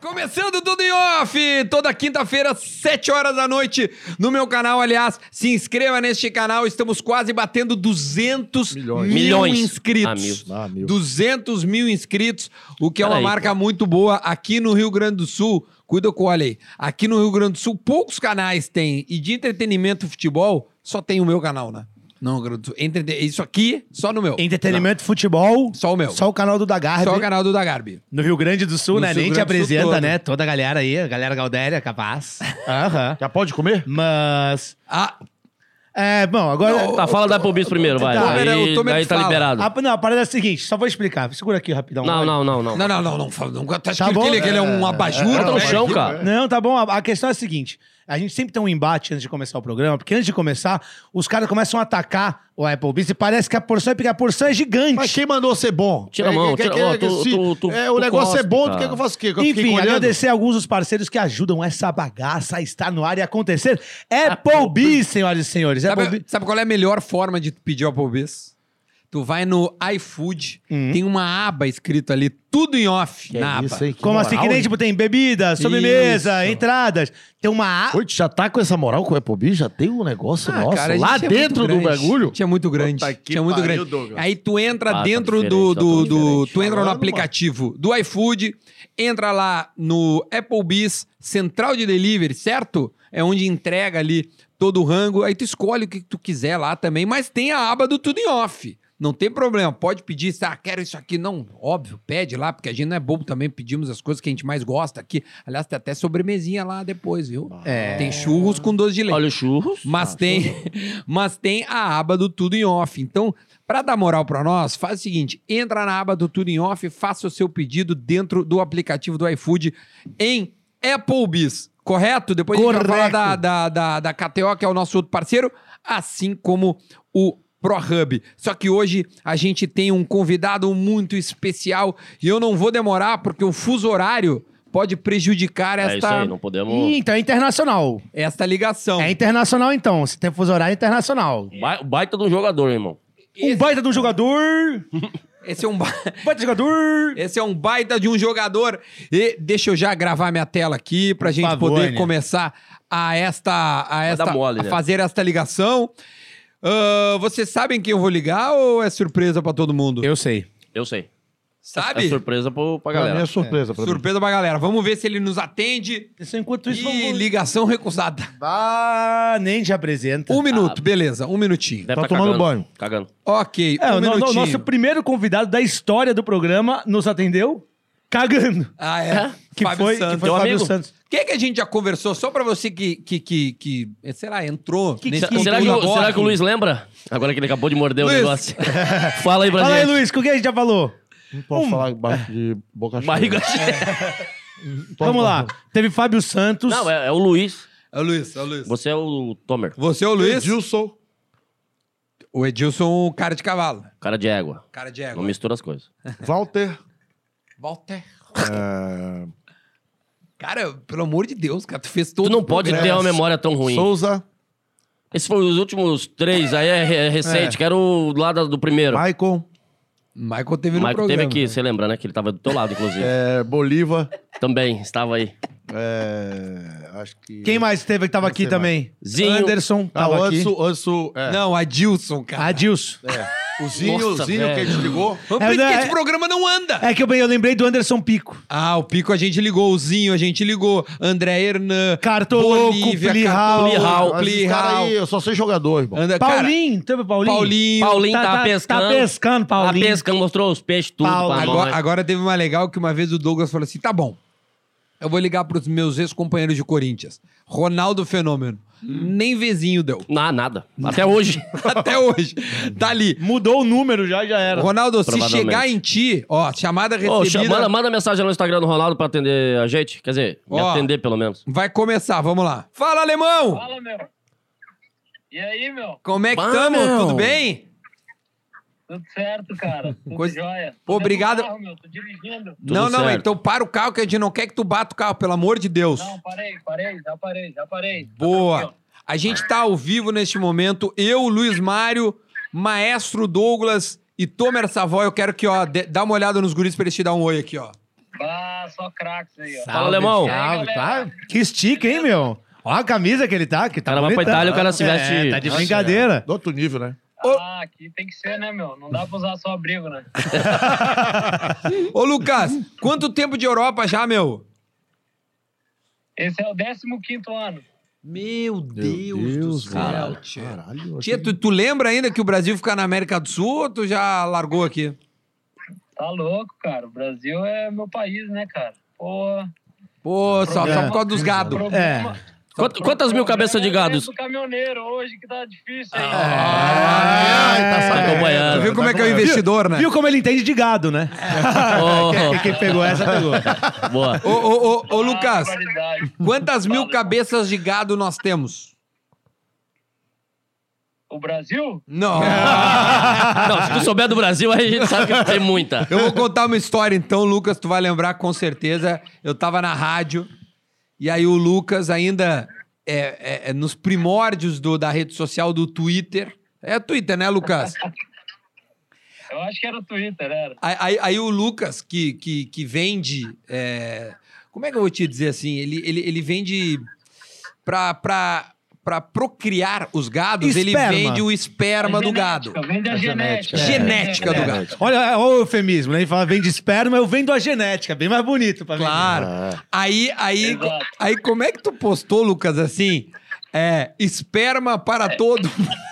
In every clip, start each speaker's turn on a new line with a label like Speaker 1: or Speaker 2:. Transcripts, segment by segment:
Speaker 1: Começando tudo em off! Toda quinta-feira, 7 horas da noite, no meu canal. Aliás, se inscreva neste canal. Estamos quase batendo 200
Speaker 2: Milhões.
Speaker 1: mil
Speaker 3: Milhões.
Speaker 1: inscritos.
Speaker 3: Ah, mil.
Speaker 2: Ah, meu.
Speaker 1: 200 mil inscritos, o que é uma
Speaker 3: Peraí,
Speaker 1: marca muito boa aqui no Rio Grande do Sul. Cuida com olha aí. Aqui no Rio Grande do Sul, poucos canais têm. E de entretenimento e futebol, só tem o meu canal, né? Não, Rio Grande do Sul. Entrete- Isso aqui, só no meu.
Speaker 2: Entretenimento, futebol.
Speaker 1: Só o meu.
Speaker 2: Só o canal do Dagarbi.
Speaker 1: Só o canal do Dagarbi.
Speaker 2: No Rio Grande do Sul,
Speaker 1: No
Speaker 2: né?
Speaker 1: Rio
Speaker 2: Nem te
Speaker 1: Grande do Sul todo.
Speaker 2: apresenta, né? Toda a galera aí, a galera Gaudéria, capaz. Aham.
Speaker 4: Já pode comer?
Speaker 2: Mas.
Speaker 1: Ah,
Speaker 2: É, bom, agora.
Speaker 3: Tá, fala da Pobis primeiro, vai.
Speaker 1: Tá, pera, o
Speaker 3: aí,
Speaker 1: Tomer
Speaker 3: aí tá
Speaker 1: fala.
Speaker 3: liberado.
Speaker 2: A, não, a parada é a seguinte, só vou explicar. Segura aqui rapidão.
Speaker 3: Não,
Speaker 2: vai.
Speaker 3: não, não, não.
Speaker 1: não, não, não, não. fala- não tá
Speaker 2: Tá
Speaker 1: achando
Speaker 2: bom.
Speaker 1: que, ele, que ele é um
Speaker 2: É,
Speaker 1: abajur.
Speaker 3: Bota no
Speaker 1: né?
Speaker 3: chão, cara.
Speaker 2: Não, tá bom. A, a questão é a seguinte: a gente sempre tem um embate antes de começar o programa, porque antes de começar, os caras começam a atacar o Applebee's e parece que a porção é porque a porção é gigante.
Speaker 4: Mas quem mandou ser bom?
Speaker 3: Tira a mão, tira a mão, tu-
Speaker 4: se-
Speaker 3: tu- tu-
Speaker 4: é,
Speaker 3: tu
Speaker 4: o negócio
Speaker 3: cospe,
Speaker 4: é bom,
Speaker 3: cara.
Speaker 4: tu quer que eu faça o quê? Que eu fique
Speaker 2: Enfim,
Speaker 4: olhando?
Speaker 2: agradecer a alguns dos parceiros que ajudam essa bagaça a estar no ar e acontecer. Applebee's, senhoras e senhores.
Speaker 1: Sabe,
Speaker 2: Applebee's.
Speaker 1: sabe qual é a melhor forma de tu pedir ao Applebee's? Tu vai no iFood, tem uma aba escrito ali, tudo em off
Speaker 4: Uhum. Que é
Speaker 1: na
Speaker 4: isso,
Speaker 1: aba.
Speaker 4: hein? Que
Speaker 2: Como
Speaker 4: moral,
Speaker 2: assim, que nem,
Speaker 4: hein?
Speaker 2: tipo, tem bebida, sobremesa,
Speaker 1: Isso.
Speaker 2: entradas. Tem uma...
Speaker 4: Oi, tu já tá com essa moral com o Applebee's? Já tem um negócio
Speaker 1: Ah,
Speaker 4: nosso
Speaker 1: cara, a gente
Speaker 4: lá
Speaker 1: é muito
Speaker 4: dentro do
Speaker 1: grande.
Speaker 4: bagulho?
Speaker 1: Tinha muito grande.
Speaker 4: Puta que
Speaker 1: Tinha muito
Speaker 4: pariu,
Speaker 1: grande.
Speaker 4: Douglas.
Speaker 1: Aí tu entra
Speaker 3: Ah, tá
Speaker 1: dentro
Speaker 3: diferente,
Speaker 1: do,
Speaker 3: tá
Speaker 1: do,
Speaker 3: tão
Speaker 1: do-
Speaker 3: diferente.
Speaker 1: Tu entra no
Speaker 4: Falando,
Speaker 1: aplicativo do iFood, entra lá no Applebee's, Central de Delivery, certo? É onde entrega ali todo o rango. Aí tu escolhe o que tu quiser lá também, mas tem a aba do tudo em off. Não tem problema, pode pedir, se, ah, quero isso aqui. Não, óbvio, pede lá, porque a gente não é bobo também, pedimos as coisas que a gente mais gosta aqui. Aliás, tem até sobremesinha lá depois, viu?
Speaker 2: É.
Speaker 1: Tem churros com doce de leite.
Speaker 3: Olha o churros.
Speaker 1: Mas tem, mas tem a aba do Tudo em Off. Então, para dar moral para nós, faz o seguinte: entra na aba do Tudo em Off, faça o seu pedido dentro do aplicativo do iFood em Applebee's, correto? Depois a gente vai
Speaker 2: Correto.
Speaker 1: falar da, da, da, da KTO, que é o nosso outro parceiro, assim como o ProHub. Só que hoje a gente tem um convidado muito especial e eu não vou demorar, porque o fuso horário pode prejudicar
Speaker 3: É isso aí,
Speaker 1: esta,
Speaker 3: não podemos...
Speaker 2: Ih, então é internacional.
Speaker 1: esta ligação.
Speaker 2: É internacional, então. Se tem fuso horário, é internacional.
Speaker 3: Ba- Baita de um jogador, irmão.
Speaker 2: Um baita de um jogador...
Speaker 1: Esse é um. ba-
Speaker 2: Baita de jogador...
Speaker 1: Esse é um baita de um jogador. E deixa eu já gravar minha tela aqui pra gente
Speaker 2: favor,
Speaker 1: poder
Speaker 2: né?
Speaker 1: começar a esta a esta
Speaker 3: dar mole,
Speaker 1: a
Speaker 3: né?
Speaker 1: fazer esta ligação. Ahn, vocês sabem quem eu vou ligar ou é surpresa pra todo mundo?
Speaker 2: Eu sei.
Speaker 3: Eu sei.
Speaker 1: Sabe?
Speaker 3: É surpresa pro, pra
Speaker 4: Pra mim
Speaker 3: galera.
Speaker 4: é surpresa. Pra mim.
Speaker 1: surpresa pra galera. Vamos ver se ele nos atende.
Speaker 2: Enquanto isso,
Speaker 1: E
Speaker 2: vamos...
Speaker 1: ligação recusada.
Speaker 2: Ah, nem te apresenta.
Speaker 1: Um
Speaker 3: Ah.
Speaker 1: minuto, beleza. Um minutinho.
Speaker 3: Deve
Speaker 4: Tá tomando
Speaker 3: cagando,
Speaker 4: banho.
Speaker 3: Cagando.
Speaker 1: Ok,
Speaker 2: É,
Speaker 1: um
Speaker 2: o no- no-
Speaker 1: minutinho.
Speaker 2: nosso primeiro convidado da história do programa nos atendeu cagando.
Speaker 1: Ah, é.
Speaker 2: Que
Speaker 1: Fábio
Speaker 2: foi, que
Speaker 1: Santos.
Speaker 2: foi
Speaker 3: Teu
Speaker 2: Fábio
Speaker 3: amigo?
Speaker 2: Santos.
Speaker 1: Quem é que a gente já conversou? Só pra você que, que, que, que eh, sei lá, entrou nesse
Speaker 3: Se- será, que,
Speaker 1: conteúdo
Speaker 3: o-
Speaker 1: agora.
Speaker 3: será que o Luiz lembra? Agora que ele acabou de morder
Speaker 1: Luiz.
Speaker 3: o negócio. Fala aí pra
Speaker 2: Fala aí,
Speaker 3: gente.
Speaker 2: Luiz, com quem a gente já falou?
Speaker 4: Não posso falar ba- de boca cheia.
Speaker 3: Barriga cheia.
Speaker 4: Não posso
Speaker 2: Vamos
Speaker 4: falar.
Speaker 2: lá. Teve Fábio Santos.
Speaker 3: Não, é, é o Luiz.
Speaker 1: É o Luiz, é o Luiz.
Speaker 3: Você é o Tomer.
Speaker 1: Você é o Luiz?
Speaker 4: Edilson.
Speaker 1: O Edilson, é um cara de cavalo.
Speaker 3: Cara de égua.
Speaker 1: Cara de
Speaker 3: Não
Speaker 1: égua.
Speaker 3: mistura as coisas.
Speaker 4: Walter.
Speaker 1: Walter.
Speaker 4: é,
Speaker 1: Cara, pelo amor de Deus, cara, tu fez todo
Speaker 3: Tu não
Speaker 1: o
Speaker 3: pode
Speaker 1: programa.
Speaker 3: ter uma memória tão ruim.
Speaker 4: Souza.
Speaker 3: Esses foram os últimos três, aí é, re- é recente. Quero lá da- do primeiro.
Speaker 4: Maicon.
Speaker 1: Michael teve no
Speaker 3: Michael teve
Speaker 1: programa.
Speaker 3: aqui, você lembra, né? Que ele tava do teu lado, inclusive.
Speaker 4: é, Bolívar.
Speaker 3: Também, estava aí.
Speaker 4: é, acho que...
Speaker 2: Quem mais teve que tava aqui
Speaker 4: sei
Speaker 2: também?
Speaker 3: Zinho.
Speaker 2: Anderson
Speaker 4: Ah,
Speaker 2: tava aqui.
Speaker 4: Anso, Anso, é.
Speaker 1: Não, Adilson, cara.
Speaker 2: Adilson.
Speaker 1: É.
Speaker 4: O Zinho,
Speaker 3: Nossa,
Speaker 4: o Zinho que
Speaker 3: velho.
Speaker 4: desligou.
Speaker 1: Por isso
Speaker 2: É,
Speaker 1: que
Speaker 2: né?
Speaker 1: esse programa não anda.
Speaker 2: É que eu, bem- eu lembrei do Anderson Pico.
Speaker 1: Ah, o Pico a gente ligou, o Zinho a gente ligou, André Hernan,
Speaker 2: Cartoloco,
Speaker 1: Bolívia,
Speaker 2: Plihal.
Speaker 1: Cartoloco,
Speaker 4: Mas esses caras
Speaker 1: Plihal.
Speaker 4: aí, eu só sei jogador, irmão.
Speaker 1: Anda- cara,
Speaker 2: Paulinho, teve Paulinho?
Speaker 1: Paulinho.
Speaker 3: Paulinho tá,
Speaker 2: Tá- tá-
Speaker 3: pescando.
Speaker 2: tá pescando, Paulinho.
Speaker 3: Tá pescando, mostrou os peixes, tudo
Speaker 2: Paulo.
Speaker 3: pra
Speaker 1: Agora,
Speaker 3: nós.
Speaker 1: agora teve uma legal que uma vez o Douglas falou assim: tá bom, eu vou ligar pros meus ex-companheiros de Corinthians. Ronaldo Fenômeno. Nem vizinho deu.
Speaker 3: Não, nada. Até hoje.
Speaker 1: Até hoje. Tá ali.
Speaker 2: Mudou o número já, já era.
Speaker 1: Ronaldo, se
Speaker 3: Provavelmente.
Speaker 1: chegar em ti, ó, chamada
Speaker 3: Ô,
Speaker 1: recebida.
Speaker 3: chama- manda, manda mensagem lá no Instagram do Ronaldo pra atender a gente. Quer dizer, me
Speaker 1: Ó.
Speaker 3: atender pelo menos.
Speaker 1: Vai começar, vamos lá. Fala, alemão!
Speaker 5: Fala, meu. E aí, meu?
Speaker 1: Como é que
Speaker 3: Bah,
Speaker 1: estamos?
Speaker 3: meu.
Speaker 1: Tudo bem?
Speaker 5: Tudo certo, cara? Tudo
Speaker 1: Coisa-
Speaker 5: jóia.
Speaker 1: Pô,
Speaker 5: Tô dentro do
Speaker 1: obrigado.
Speaker 5: Carro, meu. Tô dirigindo.
Speaker 3: Tudo
Speaker 1: não, não,
Speaker 3: certo.
Speaker 1: então para o carro que a gente não quer que tu bata o carro, pelo amor de Deus.
Speaker 5: Não, parei, parei, já parei, já parei. Tá
Speaker 1: Boa.
Speaker 5: tranquilo.
Speaker 1: A gente tá ao vivo neste momento. Eu, Luiz Mário, Maestro Douglas e Tomer Savoy. Eu quero que, ó, dê- dá uma olhada nos guris pra eles te dar um oi aqui, ó.
Speaker 5: Ah, galera, só craques aí, ó.
Speaker 2: Salve,
Speaker 3: alemão.
Speaker 2: Salve,
Speaker 5: E
Speaker 2: tá?
Speaker 5: aí, galera?
Speaker 2: Que estica, hein, meu? Ó a camisa que ele tá, que tá
Speaker 3: O cara vai pra
Speaker 2: bonitão.
Speaker 3: Itália, o cara se
Speaker 2: É,
Speaker 3: veste-
Speaker 2: tá de
Speaker 4: Nossa,
Speaker 2: brincadeira.
Speaker 4: é, Do outro nível, né?
Speaker 5: Ah, aqui tem que ser, né, meu? Não dá pra usar só abrigo, né?
Speaker 1: Ô, Lucas, quanto tempo de Europa já, meu?
Speaker 5: Esse é o 15 ano.
Speaker 1: Meu Deus, do céu,
Speaker 3: caralho.
Speaker 1: tchê.
Speaker 4: Caralho.
Speaker 1: Tchê, tu, tu lembra ainda que o Brasil fica na América do Sul ou tu já largou aqui?
Speaker 5: Tá louco, cara. O Brasil é meu país, né, cara? Pô.
Speaker 1: Pô, só, só
Speaker 2: É.
Speaker 1: por causa dos gado.
Speaker 2: É.
Speaker 3: Quant- quantas mil cabeças de gados?
Speaker 5: O caminhoneiro hoje que tá difícil. hein? Ah,
Speaker 2: Ah,
Speaker 4: tá sabendo.
Speaker 3: acompanhando.
Speaker 1: Tu viu como é que é o investidor, né?
Speaker 2: Viu como ele entende de gado, né?
Speaker 3: Oh.
Speaker 2: Quem- Quem pegou essa, pegou.
Speaker 3: Boa.
Speaker 1: Ô, ô, ô, ô, Lucas,
Speaker 5: Barbaridade.
Speaker 1: quantas mil cabeças de gado nós temos?
Speaker 5: O Brasil?
Speaker 1: Não.
Speaker 3: Não, se tu souber do Brasil, aí a gente sabe que tem muita.
Speaker 1: Eu vou contar uma história então, Lucas, tu vai lembrar com certeza. Eu tava na rádio e aí o Lucas ainda é, é, é nos primórdios do- da rede social do Twitter. É Twitter, né, Lucas?
Speaker 5: Eu acho que era o Twitter, era.
Speaker 1: Aí, aí- aí o Lucas, que, que, que vende. é, como é que eu vou te dizer assim? Ele, ele, ele vende. Pra, pra, pra procriar os gados,
Speaker 2: Esperma.
Speaker 1: ele vende o esperma
Speaker 5: A
Speaker 1: do
Speaker 5: É genética, né?
Speaker 1: gado.
Speaker 5: Vende a, genética.
Speaker 1: Genética do gado.
Speaker 2: Olha, olha o eufemismo, né? Ele fala, vem de esperma, eu vendo a genética. Bem mais bonito pra vender.
Speaker 1: Claro. Aí, aí,
Speaker 5: Exato.
Speaker 1: aí, como é que tu postou, Lucas, assim? É, esperma para
Speaker 5: É.
Speaker 1: todo.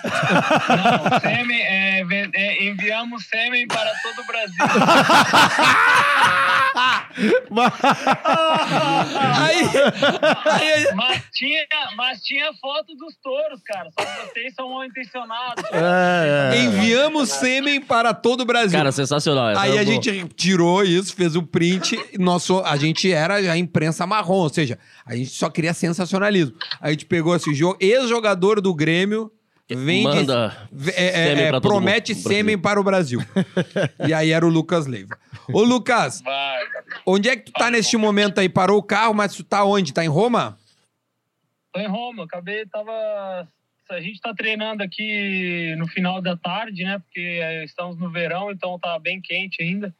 Speaker 5: Não, sêmen, é, ven- é, enviamos sêmen para todo o Brasil.
Speaker 1: aí, aí,
Speaker 5: Mas tinha, mas tinha foto dos touros, cara. Só que vocês são mal intencionados.
Speaker 1: É. enviamos sêmen para todo o Brasil.
Speaker 3: Cara, sensacional. Essa
Speaker 1: aí
Speaker 3: é
Speaker 1: a
Speaker 3: boa.
Speaker 1: gente tirou isso, fez o print. e Nosso, a gente era já imprensa marrom, ou seja, a gente só queria sensacionalismo. A gente pegou esse jogo, ex-jogador do Grêmio. Vende,
Speaker 3: Manda
Speaker 1: ve- é, é,
Speaker 3: sêmen
Speaker 1: é,
Speaker 3: pra todo
Speaker 1: promete
Speaker 3: mundo,
Speaker 1: sêmen para o Brasil. e aí era o Lucas Leiva. Ô, Lucas,
Speaker 5: Vai, cara.
Speaker 1: Onde é que tu tá neste momento aí? Parou o carro, mas tu tá onde? Tá em Roma?
Speaker 5: Tô em Roma, acabei, tava. A gente tá treinando aqui no final da tarde, né? Porque eh, estamos no verão, então tá bem quente ainda.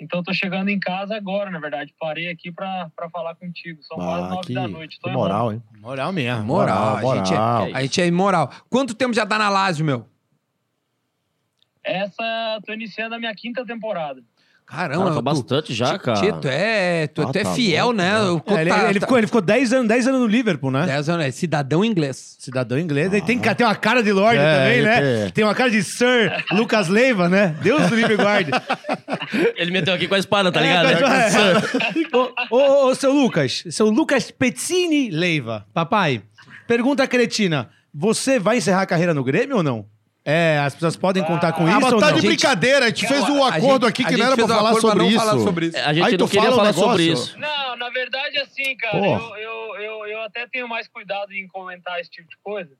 Speaker 5: Então tô chegando em casa agora, na verdade. Parei aqui pra, pra falar contigo. São quase
Speaker 4: Ah,
Speaker 5: nove
Speaker 4: que,
Speaker 5: da
Speaker 3: tá,
Speaker 5: noite. Tô
Speaker 4: que
Speaker 5: em Roma.
Speaker 4: moral, hein?
Speaker 2: Moral mesmo.
Speaker 1: Moral,
Speaker 4: Moral,
Speaker 1: a gente é-
Speaker 4: moral.
Speaker 1: A gente é imoral. Quanto tempo já tá na Lazio, meu?
Speaker 5: Essa, tô iniciando a minha quinta temporada.
Speaker 1: Caramba,
Speaker 3: Cara,
Speaker 1: tu-
Speaker 3: tá bastante já, cara.
Speaker 1: Tchê, tu é, tu,
Speaker 4: Ah,
Speaker 1: tu é
Speaker 4: tá
Speaker 1: fiel,
Speaker 4: louco,
Speaker 1: né?
Speaker 4: né?
Speaker 1: O
Speaker 2: É, ele,
Speaker 1: tá-
Speaker 2: ele
Speaker 1: tá-
Speaker 2: ficou, ele ficou 10 anos, 10 anos no Liverpool, né?
Speaker 1: Dez anos, é cidadão inglês.
Speaker 2: Cidadão inglês. Ele tem, ca- tem uma cara de Lorde
Speaker 4: É,
Speaker 2: também,
Speaker 4: ele
Speaker 2: né?
Speaker 4: tem.
Speaker 2: Tem uma cara de Sir Lucas Leiva, né? Deus do livre guarde.
Speaker 3: Ele meteu aqui com a espada, tá ligado?
Speaker 2: É, mas- ô, ô, ô, seu Lucas, seu Lucas Pezzini Leiva, papai, pergunta cretina, você vai encerrar a carreira no Grêmio ou não? É, as pessoas podem contar com
Speaker 4: Ah,
Speaker 2: isso
Speaker 4: mas
Speaker 2: ou
Speaker 4: tá
Speaker 2: não?
Speaker 4: de brincadeira, a gente fez um
Speaker 1: A
Speaker 4: acordo
Speaker 1: gente-
Speaker 4: aqui
Speaker 1: a
Speaker 4: que
Speaker 1: gente
Speaker 4: não era pra
Speaker 1: fez um
Speaker 4: falar
Speaker 1: acordo
Speaker 4: sobre
Speaker 1: não
Speaker 4: isso.
Speaker 1: falar sobre isso.
Speaker 3: A gente
Speaker 4: Aí
Speaker 3: não
Speaker 4: tu
Speaker 3: queria
Speaker 4: fala o
Speaker 3: falar
Speaker 4: negócio.
Speaker 3: sobre isso.
Speaker 5: Não, na verdade, assim, cara,
Speaker 4: Porra.
Speaker 5: eu, eu, eu, eu até tenho mais cuidado em comentar esse tipo de coisa,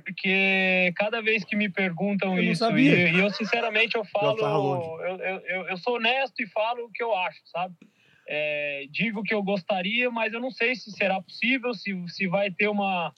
Speaker 5: porque cada vez que me perguntam
Speaker 2: Eu não
Speaker 5: isso,
Speaker 2: sabia.
Speaker 5: E, e eu sinceramente eu falo,
Speaker 4: tá longe.
Speaker 5: eu, eu, eu, eu sou honesto e falo o que eu acho, sabe? É, digo que eu gostaria, mas eu não sei se será possível, se, se vai ter uma.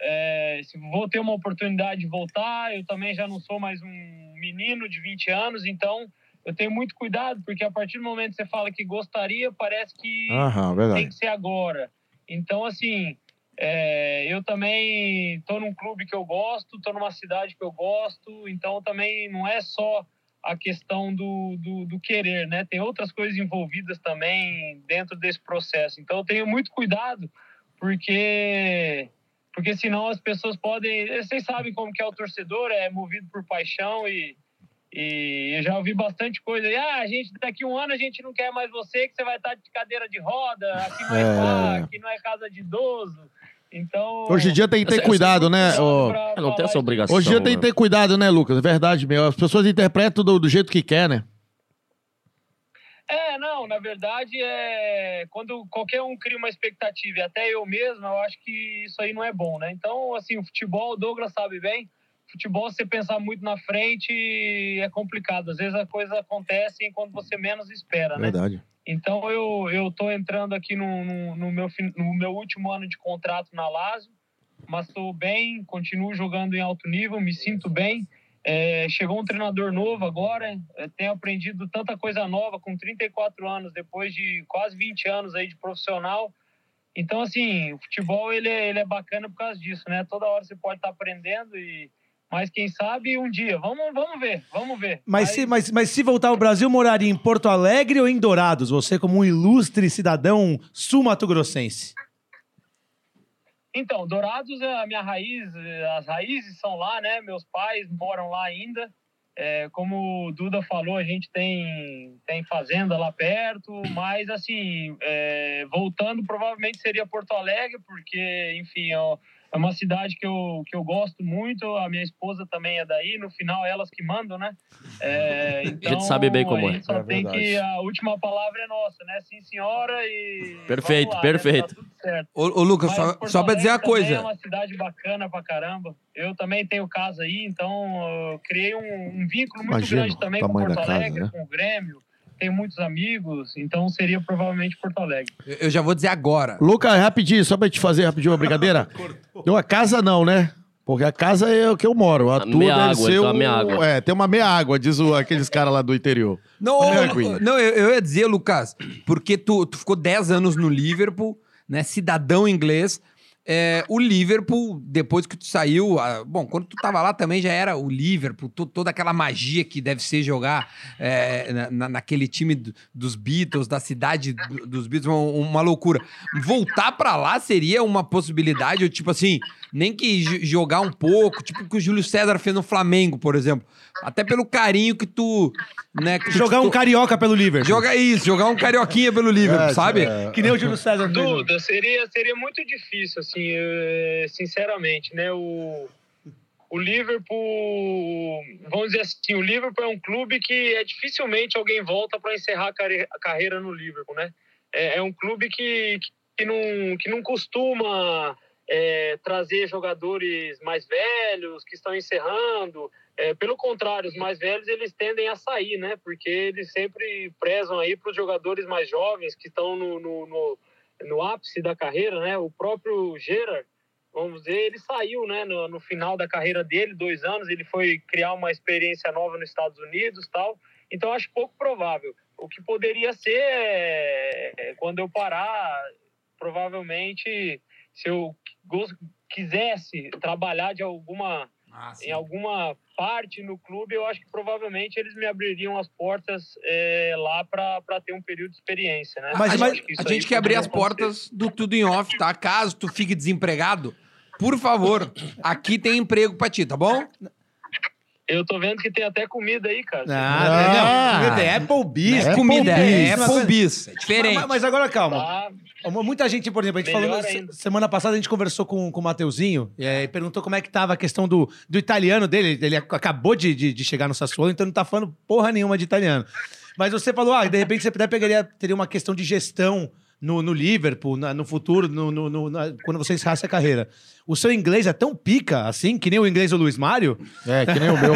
Speaker 5: é, se vou ter uma oportunidade de voltar, eu também já não sou mais um menino de 20 anos, então eu tenho muito cuidado, porque a partir do momento que você fala que gostaria, parece que
Speaker 4: Aham,
Speaker 5: tem
Speaker 4: Ah, verdade.
Speaker 5: que ser agora. Então, assim, é, eu também tô num clube que eu gosto, tô numa cidade que eu gosto, então também não é só a questão do, do, do querer, né? Tem outras coisas envolvidas também dentro desse processo. Então, eu tenho muito cuidado, porque porque senão as pessoas podem... Vocês sabem como que é o torcedor, é movido por paixão e... E eu já ouvi bastante coisa. aí, Ah, a gente, daqui um ano a gente não quer mais você, que você vai estar de cadeira de roda, aqui não é,
Speaker 4: É.
Speaker 5: bar, aqui não é casa de idoso. Então.
Speaker 4: Hoje em dia tem que ter
Speaker 3: Essa-
Speaker 4: cuidado, né? ô-
Speaker 3: Não
Speaker 5: pra
Speaker 3: tem
Speaker 5: falar
Speaker 3: essa
Speaker 5: isso.
Speaker 3: obrigação.
Speaker 4: Hoje em dia tem que
Speaker 3: né?
Speaker 4: ter cuidado, né, Lucas? Verdade mesmo. As pessoas interpretam do, do jeito que quer, né?
Speaker 5: É, não, na verdade, é quando qualquer um cria uma expectativa, e até eu mesmo, eu acho que isso aí não é bom, né? Então, assim, o futebol, o Douglas sabe bem, futebol, se você pensar muito na frente, é complicado. Às vezes a coisa acontece enquanto você menos espera, né?
Speaker 4: Verdade.
Speaker 5: Então eu eu tô entrando aqui no, no, no meu fin- no meu último ano de contrato na Lazio, mas estou bem, continuo jogando em alto nível, me sinto bem É, chegou um treinador novo agora, é, tenho aprendido tanta coisa nova com 34 anos, depois de quase 20 anos aí de profissional. Então, assim, o futebol ele é, ele é bacana por causa disso, né? Toda hora você pode estar aprendendo, e mas quem sabe um dia. Vamos, vamos ver, vamos ver.
Speaker 2: Mas se, mas, mas se voltar ao Brasil, moraria em Porto Alegre ou em Dourados? Você, como um ilustre cidadão sul-mato-grossense.
Speaker 5: Então, Dourados é a minha raiz, eh, as raízes são lá, né? Meus pais moram lá ainda. É, como o Duda falou, a gente tem, tem fazenda lá perto, mas assim, é, voltando provavelmente seria Porto Alegre, porque, enfim, é é uma cidade que eu, que eu gosto muito, a minha esposa também é daí, no final elas que mandam, né? É, então,
Speaker 3: sabe bem como
Speaker 5: a
Speaker 3: é.
Speaker 5: gente só
Speaker 4: É
Speaker 5: tem
Speaker 4: verdade.
Speaker 5: que a última palavra é nossa, né? Sim, senhora e.
Speaker 3: Perfeito,
Speaker 5: vamos lá,
Speaker 3: perfeito.
Speaker 5: Né? Tá tudo certo.
Speaker 1: Ô, ô, Lucas,
Speaker 5: Mas
Speaker 1: só,
Speaker 5: Porto
Speaker 1: só pra dizer uma
Speaker 5: Alegre também
Speaker 1: coisa.
Speaker 5: É uma cidade bacana pra caramba. Eu também tenho casa aí, então eu criei um, um vínculo muito
Speaker 4: Imagino
Speaker 5: grande também
Speaker 4: o
Speaker 5: com
Speaker 4: tamanho
Speaker 5: Porto
Speaker 4: da casa,
Speaker 5: Alegre,
Speaker 4: né?
Speaker 5: com o Grêmio. Tenho muitos amigos, então seria provavelmente Porto Alegre.
Speaker 1: Eu- Eu já vou dizer agora.
Speaker 4: Lucas, rapidinho, só pra te fazer rapidinho uma brincadeira. Deu a casa não, né? Porque a casa é o que eu moro. A,
Speaker 3: A
Speaker 4: tua
Speaker 3: meia
Speaker 4: deve
Speaker 3: água,
Speaker 4: ser
Speaker 3: então,
Speaker 4: um...
Speaker 3: a meia água.
Speaker 4: É, tem uma meia água, diz o- aqueles caras lá do interior.
Speaker 1: Não,
Speaker 4: Olha,
Speaker 1: não,
Speaker 4: Queen.
Speaker 1: não, eu, eu ia dizer, Lucas, porque tu, tu ficou 10 anos no Liverpool, né? Cidadão inglês. É, o Liverpool, depois que tu saiu, ah, bom, quando tu tava lá também já era o Liverpool, to- toda aquela magia que deve ser jogar é, na- na- naquele time do- dos Beatles, da cidade do- dos Beatles, uma, uma loucura. Voltar pra lá seria uma possibilidade, ou tipo assim, nem que jo- jogar um pouco, tipo o que o Júlio César fez no Flamengo, por exemplo. Até pelo carinho que tu. Né, que tu-
Speaker 2: Jogar um carioca pelo Liverpool.
Speaker 1: Joga isso, jogar um carioquinha pelo Liverpool,
Speaker 4: É,
Speaker 1: sabe?
Speaker 4: é.
Speaker 2: Que nem o Júlio César. fez.
Speaker 5: Duda, seria, seria muito difícil, assim, eh, sinceramente, né? O, o Liverpool, vamos dizer assim, o Liverpool é um clube que é dificilmente alguém volta para encerrar a, carre- a carreira no Liverpool, né? É, é um clube que, que, não, que não costuma eh, trazer jogadores mais velhos que estão encerrando. Eh, pelo contrário, os mais velhos eles tendem a sair, né? Porque eles sempre prezam aí para os jogadores mais jovens que estão no- no- no, no ápice da carreira, né? O próprio Gerard, vamos dizer, ele saiu, né? No, no final da carreira dele, dois anos, ele foi criar uma experiência nova nos Estados Unidos, tal. Então acho pouco provável. O que poderia ser é, é, quando eu parar, provavelmente, se eu gos- quisesse trabalhar de alguma em alguma parte no clube, eu acho que provavelmente eles me abririam as portas é, lá para ter um período de experiência, né?
Speaker 2: Mas-
Speaker 1: a,
Speaker 5: Eu
Speaker 2: mas-
Speaker 5: acho que isso
Speaker 1: a
Speaker 5: aí
Speaker 1: gente quer abrir
Speaker 5: poderia
Speaker 1: as
Speaker 5: acontecer.
Speaker 1: portas do Tudo em Off, tá? Caso tu fique desempregado, por favor, aqui tem emprego pra ti, tá bom?
Speaker 5: Eu tô vendo que tem até comida aí, cara.
Speaker 2: Ah, não, é Applebee's.
Speaker 4: É
Speaker 1: Comida é
Speaker 2: Applebee's.
Speaker 1: Applebee's, é diferente.
Speaker 2: Mas, mas agora calma.
Speaker 5: Tá?
Speaker 2: Uma- Muita gente, por exemplo, a gente
Speaker 5: Melhor
Speaker 2: falou. se-
Speaker 5: ainda.
Speaker 2: Semana passada a gente conversou com, com o Mateuzinho e aí perguntou como é que tava a questão do, do italiano dele. Ele ac- acabou de, de, de chegar no Sassuolo, então não tá falando porra nenhuma de italiano. Mas você falou, ah, de repente você até pegaria, teria uma questão de gestão no, no Liverpool, na- no futuro, no, no- no- na- quando você encerrasse a carreira. O seu inglês é tão pica, assim, que nem o inglês do Luiz Mário?
Speaker 4: É, que nem o meu.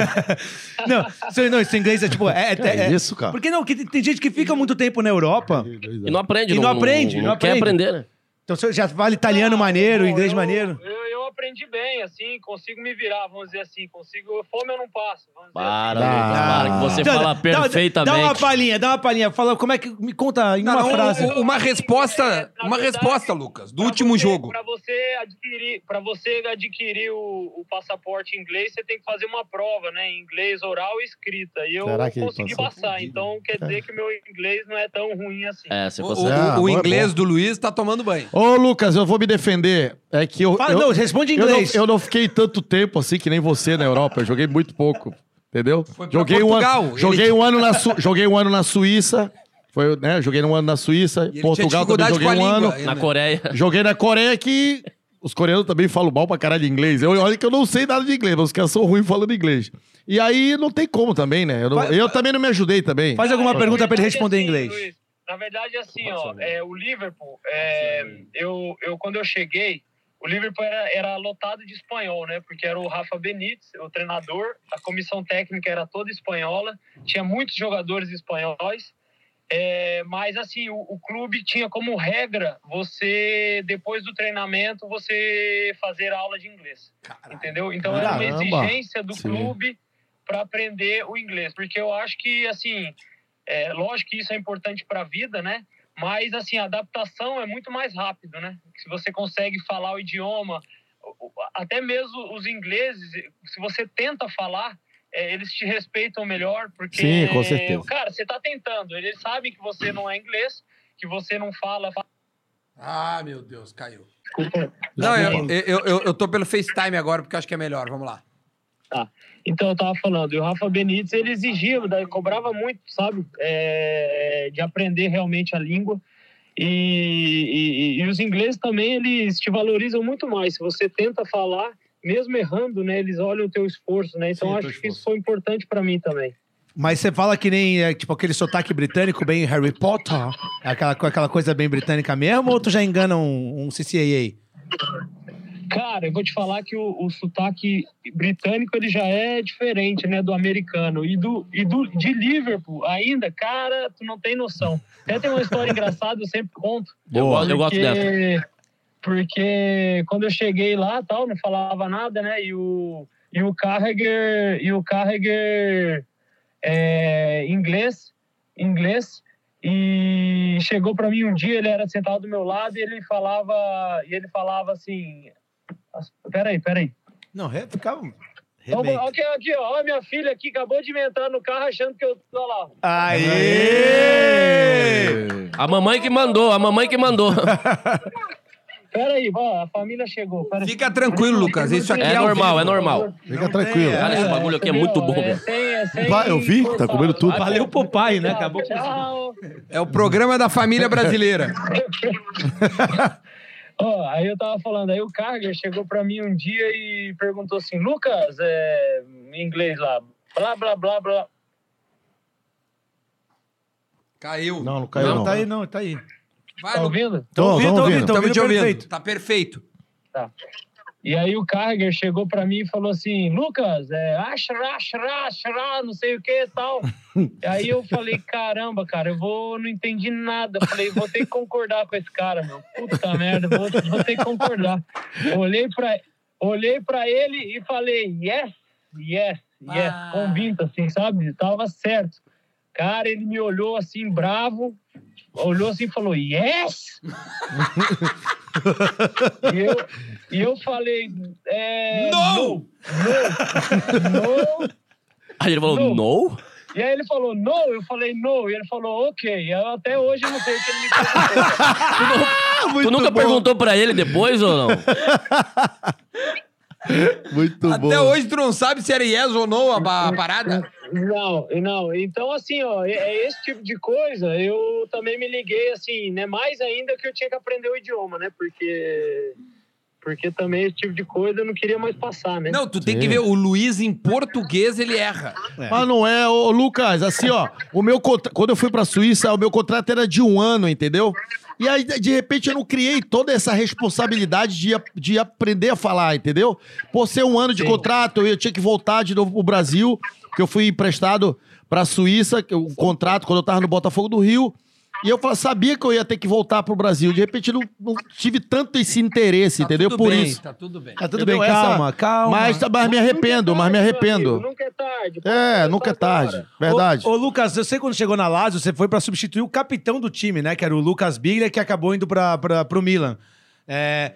Speaker 2: Não, seu, não, seu inglês é tipo... É,
Speaker 4: Que é isso, cara? É
Speaker 2: Porque não, que tem- tem gente que fica muito tempo na Europa...
Speaker 3: E não aprende,
Speaker 2: E não aprende,
Speaker 3: Não,
Speaker 2: não
Speaker 3: quer
Speaker 2: aprende.
Speaker 3: aprender, né?
Speaker 2: Então você já fala italiano
Speaker 5: Ah,
Speaker 2: maneiro,
Speaker 5: Bom,
Speaker 2: inglês
Speaker 5: eu-
Speaker 2: maneiro.
Speaker 5: Eu, eu aprendi bem, assim, consigo me virar, vamos dizer assim. Consigo. Fome eu não passo. Vamos dizer assim.
Speaker 3: Para,
Speaker 4: Ah.
Speaker 3: Lucas, para, que você
Speaker 2: Então,
Speaker 3: fala
Speaker 2: dá-
Speaker 3: perfeitamente.
Speaker 2: Dá, uma palhinha, dá uma palhinha. Fala como é que. Me conta em
Speaker 1: Não,
Speaker 2: uma
Speaker 1: não,
Speaker 2: frase.
Speaker 1: u- uma resposta,
Speaker 5: É, na
Speaker 1: uma
Speaker 5: verdade,
Speaker 1: resposta, Lucas, do
Speaker 5: Pra
Speaker 1: último
Speaker 5: você-
Speaker 1: jogo.
Speaker 5: Pra você adquirir, pra você adquirir o, o passaporte inglês, você tem que fazer uma prova, né? Em inglês, oral e escrita. E eu
Speaker 4: Será que ele
Speaker 5: consegui
Speaker 4: passou?
Speaker 5: passar. Então quer dizer que meu inglês não é tão ruim assim.
Speaker 3: É, você
Speaker 1: O,
Speaker 3: consegue.
Speaker 1: o-
Speaker 4: Ah,
Speaker 1: o
Speaker 4: bom, é
Speaker 1: inglês
Speaker 4: bom.
Speaker 1: do Luiz tá tomando banho.
Speaker 4: Ô, Lucas, eu vou me defender. É que eu.
Speaker 2: Fala,
Speaker 4: eu-
Speaker 2: não, responde em
Speaker 4: eu não-
Speaker 2: inglês.
Speaker 4: Eu não, fiquei tanto tempo assim que nem você na Europa. Eu joguei muito pouco. Entendeu?
Speaker 1: Foi pra
Speaker 4: Joguei um,
Speaker 1: Portugal,
Speaker 4: ano,
Speaker 1: ele-
Speaker 4: joguei, um ano na Su- joguei um ano na Suíça. Foi, né? Joguei um ano na Suíça.
Speaker 1: E ele
Speaker 4: Portugal também joguei um ano.
Speaker 1: ele-
Speaker 3: Na Coreia.
Speaker 4: Joguei na Coreia que os coreanos também falam mal pra caralho de inglês. Eu, olha que eu não sei nada de inglês, mas os caras são ruins falando inglês. E aí não tem como também, né? Eu, não-
Speaker 2: Vai-
Speaker 4: eu também não me ajudei também.
Speaker 2: Faz alguma
Speaker 5: Na
Speaker 2: pergunta pra ele
Speaker 5: verdade,
Speaker 2: responder em
Speaker 5: assim,
Speaker 2: inglês.
Speaker 5: Luiz, na verdade, assim, ó, é, o Liverpool, é, eu, eu, quando eu cheguei, o Liverpool era, era lotado de espanhol, né? Porque era o Rafa Benítez, o treinador, a comissão técnica era toda espanhola, tinha muitos jogadores espanhóis. É, mas assim, o, o clube tinha como regra você, depois do treinamento, você fazer aula de inglês. Entendeu? Então era uma
Speaker 4: Caramba.
Speaker 5: exigência do
Speaker 4: Sim.
Speaker 5: clube para aprender o inglês, porque eu acho que assim, é, lógico que isso é importante para a vida, né? Mas assim, a adaptação é muito mais rápido, né? Se você consegue falar o idioma, o- o- até mesmo os ingleses, se você tenta falar, é, eles te respeitam melhor, porque
Speaker 4: Sim, com certeza.
Speaker 5: cara, você tá tentando, eles sabem que você não é inglês, que você não fala
Speaker 6: Ah, meu Deus, caiu.
Speaker 1: Não, eu, eu, eu, eu tô pelo FaceTime agora, porque eu acho que é melhor. Vamos lá.
Speaker 5: Então, eu tava falando, e o Rafa Benítez, ele exigia, daí cobrava muito, sabe, é, de aprender realmente a língua. E, e- e os ingleses também, eles te valorizam muito mais. Se você tenta falar, mesmo errando, né, eles olham o teu esforço, né? Então,
Speaker 4: Sim,
Speaker 5: acho
Speaker 4: teu
Speaker 5: que
Speaker 4: esforço.
Speaker 5: isso foi importante para mim também.
Speaker 2: Mas você fala que nem, é, tipo, aquele sotaque britânico bem Harry Potter, É aquela, co- aquela coisa bem britânica mesmo, ou tu já engana um, um CCAA?
Speaker 5: Cara, eu vou te falar que o, o sotaque britânico ele já é diferente, né, do americano e do e do de Liverpool ainda, cara, tu não tem noção. Até tem uma história engraçada, eu sempre conto.
Speaker 3: Eu gosto, eu gosto dessa.
Speaker 5: dessa. Porque quando eu cheguei lá, tal, não falava nada, né? E o e o Carragher e o Carragher é, inglês, inglês. E chegou para mim um dia, ele era sentado do meu lado e ele falava, e ele falava assim, "As- peraí, peraí.
Speaker 2: Não, re- ficava...
Speaker 5: Olha aqui, aqui, ó, ó, minha filha aqui acabou de me entrar no carro achando que eu tô lá.
Speaker 2: Aê!
Speaker 3: A mamãe que mandou, a mamãe que mandou.
Speaker 5: Peraí, ó, a família chegou. Peraí.
Speaker 1: Fica tranquilo, Lucas. Isso aqui
Speaker 3: É
Speaker 1: é, ao
Speaker 3: normal,
Speaker 1: vivo.
Speaker 3: é normal.
Speaker 4: Fica tranquilo.
Speaker 3: Cara, esse bagulho aqui é muito bom,
Speaker 5: É
Speaker 3: velho.
Speaker 5: sem- é sem
Speaker 4: Vai, eu vi, tá comendo tudo.
Speaker 5: forçar.
Speaker 2: Valeu pro pai, né?
Speaker 5: Tchau,
Speaker 2: Acabou com
Speaker 5: tchau.
Speaker 1: É o programa da família brasileira.
Speaker 5: Ó, aí eu tava falando, aí o Carger chegou pra mim um dia e perguntou assim, Lucas, é, em inglês lá, blá, blá, blá, blá.
Speaker 1: Caiu.
Speaker 4: Não, não caiu
Speaker 2: Não,
Speaker 4: não.
Speaker 2: tá aí, Então, não, tá aí.
Speaker 1: Vai,
Speaker 5: Tá
Speaker 1: Lucas.
Speaker 5: ouvindo?
Speaker 4: Tô,
Speaker 2: ouvindo,
Speaker 4: tamo ouvindo.
Speaker 2: tô ouvindo, tô
Speaker 1: Estamos te
Speaker 2: ouvindo
Speaker 1: ouvindo.
Speaker 2: perfeito.
Speaker 1: Tá perfeito.
Speaker 5: Tá. E aí o Carger chegou pra mim e falou assim, Lucas, é, ashra, ashra, ashra, não sei o que e tal. E aí eu falei, caramba, cara, eu vou, não entendi nada. Eu falei, vou ter que concordar com esse cara, meu. Puta merda, vou, vou ter que concordar. Olhei pra, olhei pra ele e falei, yes, yes, yes,
Speaker 1: Ah.
Speaker 5: convinto, assim, sabe? Tava certo. Cara, ele me olhou assim, bravo, olhou assim e falou, yes! e, eu, e eu falei, é,
Speaker 1: No!
Speaker 5: no, no,
Speaker 3: Aí ele falou, no?
Speaker 5: e aí ele falou, no, eu falei, no, e ele falou, ok. E eu até hoje eu não sei o que ele me perguntou.
Speaker 4: Tá,
Speaker 3: Tu nunca perguntou pra ele depois ou não?
Speaker 4: Muito bom.
Speaker 1: Até hoje tu não sabe se era yes ou não a, ba- a parada?
Speaker 5: não, não, então assim, ó, é- é esse tipo de coisa, eu também me liguei, assim, né, mais ainda que eu tinha que aprender o idioma, né, porque... Porque também esse tipo de coisa eu não queria mais passar, né?
Speaker 1: Não, tu tem que ver. O Luiz, em português, ele erra.
Speaker 4: Mas não é, ô Lucas, assim, ó, o meu contra- quando eu fui pra Suíça, o meu contrato era de um ano, entendeu? E aí, de repente, eu não criei toda essa responsabilidade de, a- de aprender a falar, entendeu? Por ser um ano de contrato, eu tinha que voltar de novo pro Brasil, que eu fui emprestado pra Suíça, que o contrato, quando eu tava no Botafogo do Rio. E eu falava, sabia que eu ia ter que voltar pro Brasil. De repente, eu não, não tive tanto esse interesse, entendeu?
Speaker 1: Tudo
Speaker 4: Por
Speaker 1: bem,
Speaker 4: isso.
Speaker 1: Tá tudo bem.
Speaker 2: Tá tudo
Speaker 4: Entendeu?
Speaker 2: bem,
Speaker 4: Essa-
Speaker 2: calma, calma.
Speaker 4: Mas, mas me arrependo, mas me
Speaker 5: meu
Speaker 4: arrependo.
Speaker 5: amigo, nunca é tarde. pode
Speaker 4: É,
Speaker 5: começar
Speaker 4: nunca é tarde.
Speaker 5: agora.
Speaker 4: Verdade.
Speaker 2: Ô, ô, Lucas, eu sei quando chegou na Lazio, você foi pra substituir o capitão do time, né? Que era o Lucas Biglia, que acabou indo pra, pra, pro Milan. É,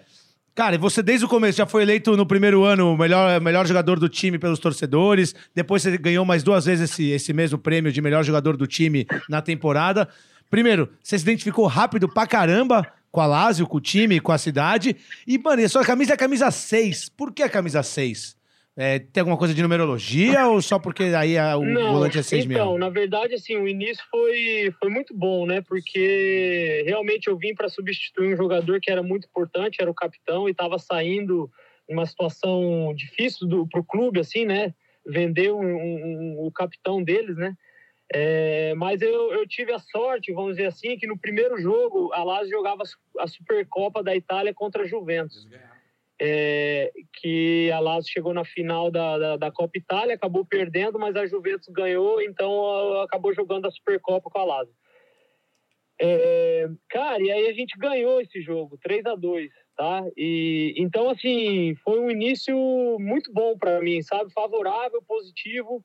Speaker 2: cara, e você desde o começo já foi eleito no primeiro ano o melhor, melhor jogador do time pelos torcedores. Depois você ganhou mais duas vezes esse, esse mesmo prêmio de melhor jogador do time na temporada. Primeiro, você se identificou rápido pra caramba com a Lazio, com o time, com a cidade. E, mano, e a sua camisa é a camisa 6. Por que a camisa 6? É, tem alguma coisa de numerologia ou só porque aí a- o volante é 6
Speaker 5: então,
Speaker 2: mesmo?
Speaker 5: na verdade, assim, o início foi, foi muito bom, né? Porque realmente eu vim para substituir um jogador que era muito importante, era o capitão, e estava saindo numa situação difícil do, pro clube, assim, né? Vender um- um- um- o capitão deles, né? É, mas eu, eu tive a sorte, vamos dizer assim, que no primeiro jogo a Lazio jogava a Su- a Supercopa da Itália contra a Juventus. É, que a Lazio chegou na final da, da, da Copa Itália, acabou perdendo, mas a Juventus ganhou, então a- acabou jogando a Supercopa com a Lazio. É, cara, e aí a gente ganhou esse jogo, 3 a 2 tá? E, então, assim, foi um início muito bom para mim, sabe? Favorável, positivo.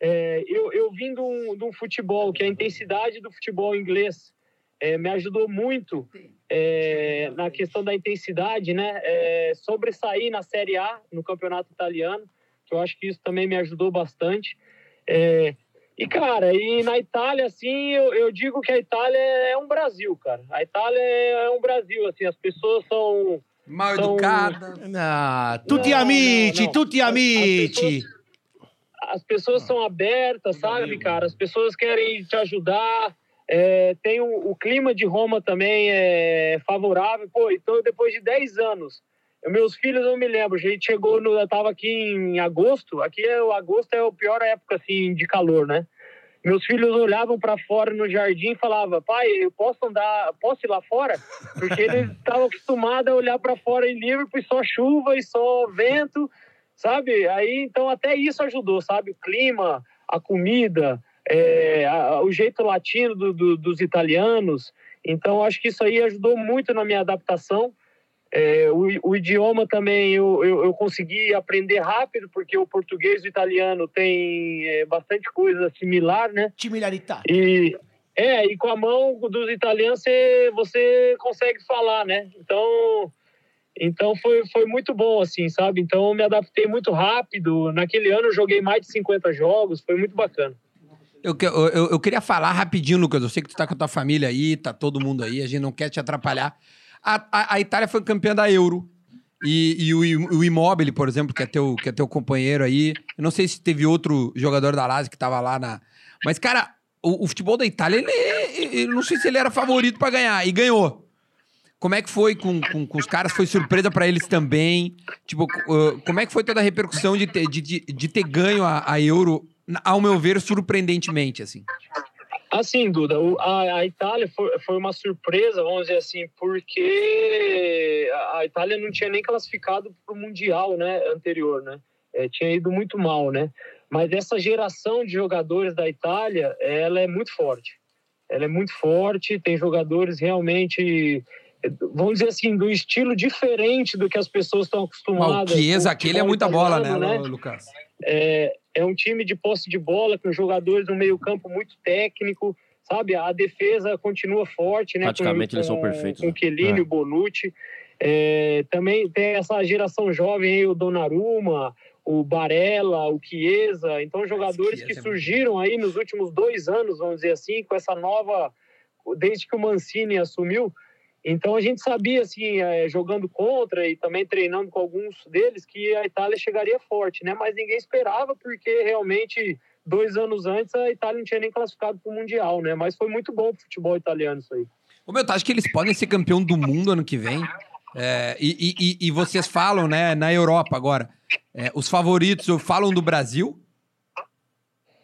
Speaker 5: é, eu, eu vim de um, de um futebol, que a intensidade do futebol inglês é, me ajudou muito é, na questão da intensidade, né? É, sobressair na Série A, no campeonato italiano, que eu acho que isso também me ajudou bastante. É, e, cara, e na Itália, assim, eu, eu digo que a Itália é um Brasil, cara. A Itália é um Brasil, assim, as pessoas são...
Speaker 1: Mal
Speaker 5: Então,
Speaker 1: educada.
Speaker 2: Ah, tutti
Speaker 5: Não, não,
Speaker 2: amici,
Speaker 5: não.
Speaker 2: tutti
Speaker 5: As- as
Speaker 2: amici.
Speaker 5: pessoas- as pessoas são abertas, sabe, cara? As pessoas querem te ajudar. É, tem o, o clima de Roma também é favorável. Pô, então depois de 10 anos, eu- meus filhos, eu me lembro, a gente chegou, no, eu tava aqui em agosto, aqui é, o agosto é a pior época, assim, de calor, né? Meus filhos olhavam para fora no jardim e falavam, pai, eu posso andar, posso ir lá fora? Porque eles estavam acostumados a olhar para fora em Liverpool e só chuva e só vento sabe? Aí, então, até isso ajudou, sabe? O clima, a comida, é, a- a- o jeito latino do- do- dos italianos. Então, acho que isso aí ajudou muito na minha adaptação. É, o, i- o idioma também eu, eu, eu consegui aprender rápido, porque o português e o italiano tem é, bastante coisa similar, né?
Speaker 2: Timilarità.
Speaker 5: E é, e com a mão dos italianos você, você consegue falar, né? Então, então foi, foi muito bom, assim, sabe? Então eu me adaptei muito rápido. Naquele ano eu joguei mais de 50 jogos, foi muito bacana.
Speaker 1: Eu, que- eu- eu- eu queria falar rapidinho, Lucas. Eu sei que tu tá com a tua família aí, tá todo mundo aí, a gente não quer te atrapalhar. A, a- a Itália foi campeã da Euro. E, e o, Im- o Immobile, por exemplo, que é, teu, que é teu companheiro aí. Eu não sei se teve outro jogador da Lazio que tava lá na. Mas, cara, o, o futebol da Itália, ele, é- eu não sei se ele era favorito pra ganhar. E ganhou. Como é que foi com, com, com os caras? Foi surpresa pra eles também? Tipo, uh, como é que foi toda a repercussão de ter, de, de, de ter ganho a, a Euro, na- ao meu ver, surpreendentemente, assim?
Speaker 5: Assim, Duda, o- a, a Itália foi, foi uma surpresa, vamos dizer assim, porque a- a Itália não tinha nem classificado para o Mundial né, anterior, né? É, tinha ido muito mal, né? Mas essa geração de jogadores da Itália, ela é muito forte. Ela é muito forte, tem jogadores realmente, eh, vamos dizer assim, do estilo diferente do que as pessoas estão
Speaker 1: Ah,
Speaker 5: acostumadas.
Speaker 1: O Chiesa,
Speaker 5: com o
Speaker 1: aquele é
Speaker 5: futebol
Speaker 1: muita bola, né,
Speaker 5: italiano,
Speaker 1: Lucas?
Speaker 5: é, é um time de posse de bola, com jogadores no meio-campo muito técnico, sabe? A defesa continua forte, né?
Speaker 3: Praticamente
Speaker 5: com,
Speaker 3: eles são
Speaker 5: com-
Speaker 3: perfeitos,
Speaker 5: Com
Speaker 3: né?
Speaker 5: o Chiellini, o Bonucci. É, também tem essa geração jovem aí, o Donnarumma, o Barella, o Chiesa. Então, jogadores
Speaker 1: Chiesa
Speaker 5: que
Speaker 1: é muito
Speaker 5: surgiram aí nos últimos dois anos, vamos dizer assim, com essa nova. Desde que o Mancini assumiu. Então a gente sabia, assim, eh, jogando contra e também treinando com alguns deles, que a Itália chegaria forte, né? Mas ninguém esperava, porque realmente, dois anos antes, a Itália não tinha nem classificado para o Mundial, né? Mas foi muito bom pro futebol italiano isso aí.
Speaker 1: Ô, meu, tu acha que eles podem ser campeão do mundo ano que vem? É, e, e- e- e vocês falam, né, na Europa agora, é, os favoritos falam do Brasil?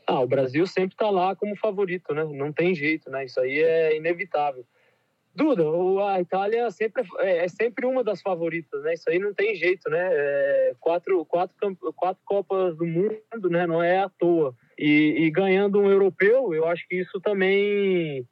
Speaker 5: Ah, o Brasil sempre tá lá como favorito, né? Não tem jeito, né? Isso aí é inevitável. Duda, o- a Itália sempre é, é sempre uma das favoritas, né? Isso aí não tem jeito, né? É, quatro, quatro, camp- quatro Copas do Mundo, né? Não é à toa. E, e ganhando um europeu, eu acho que isso também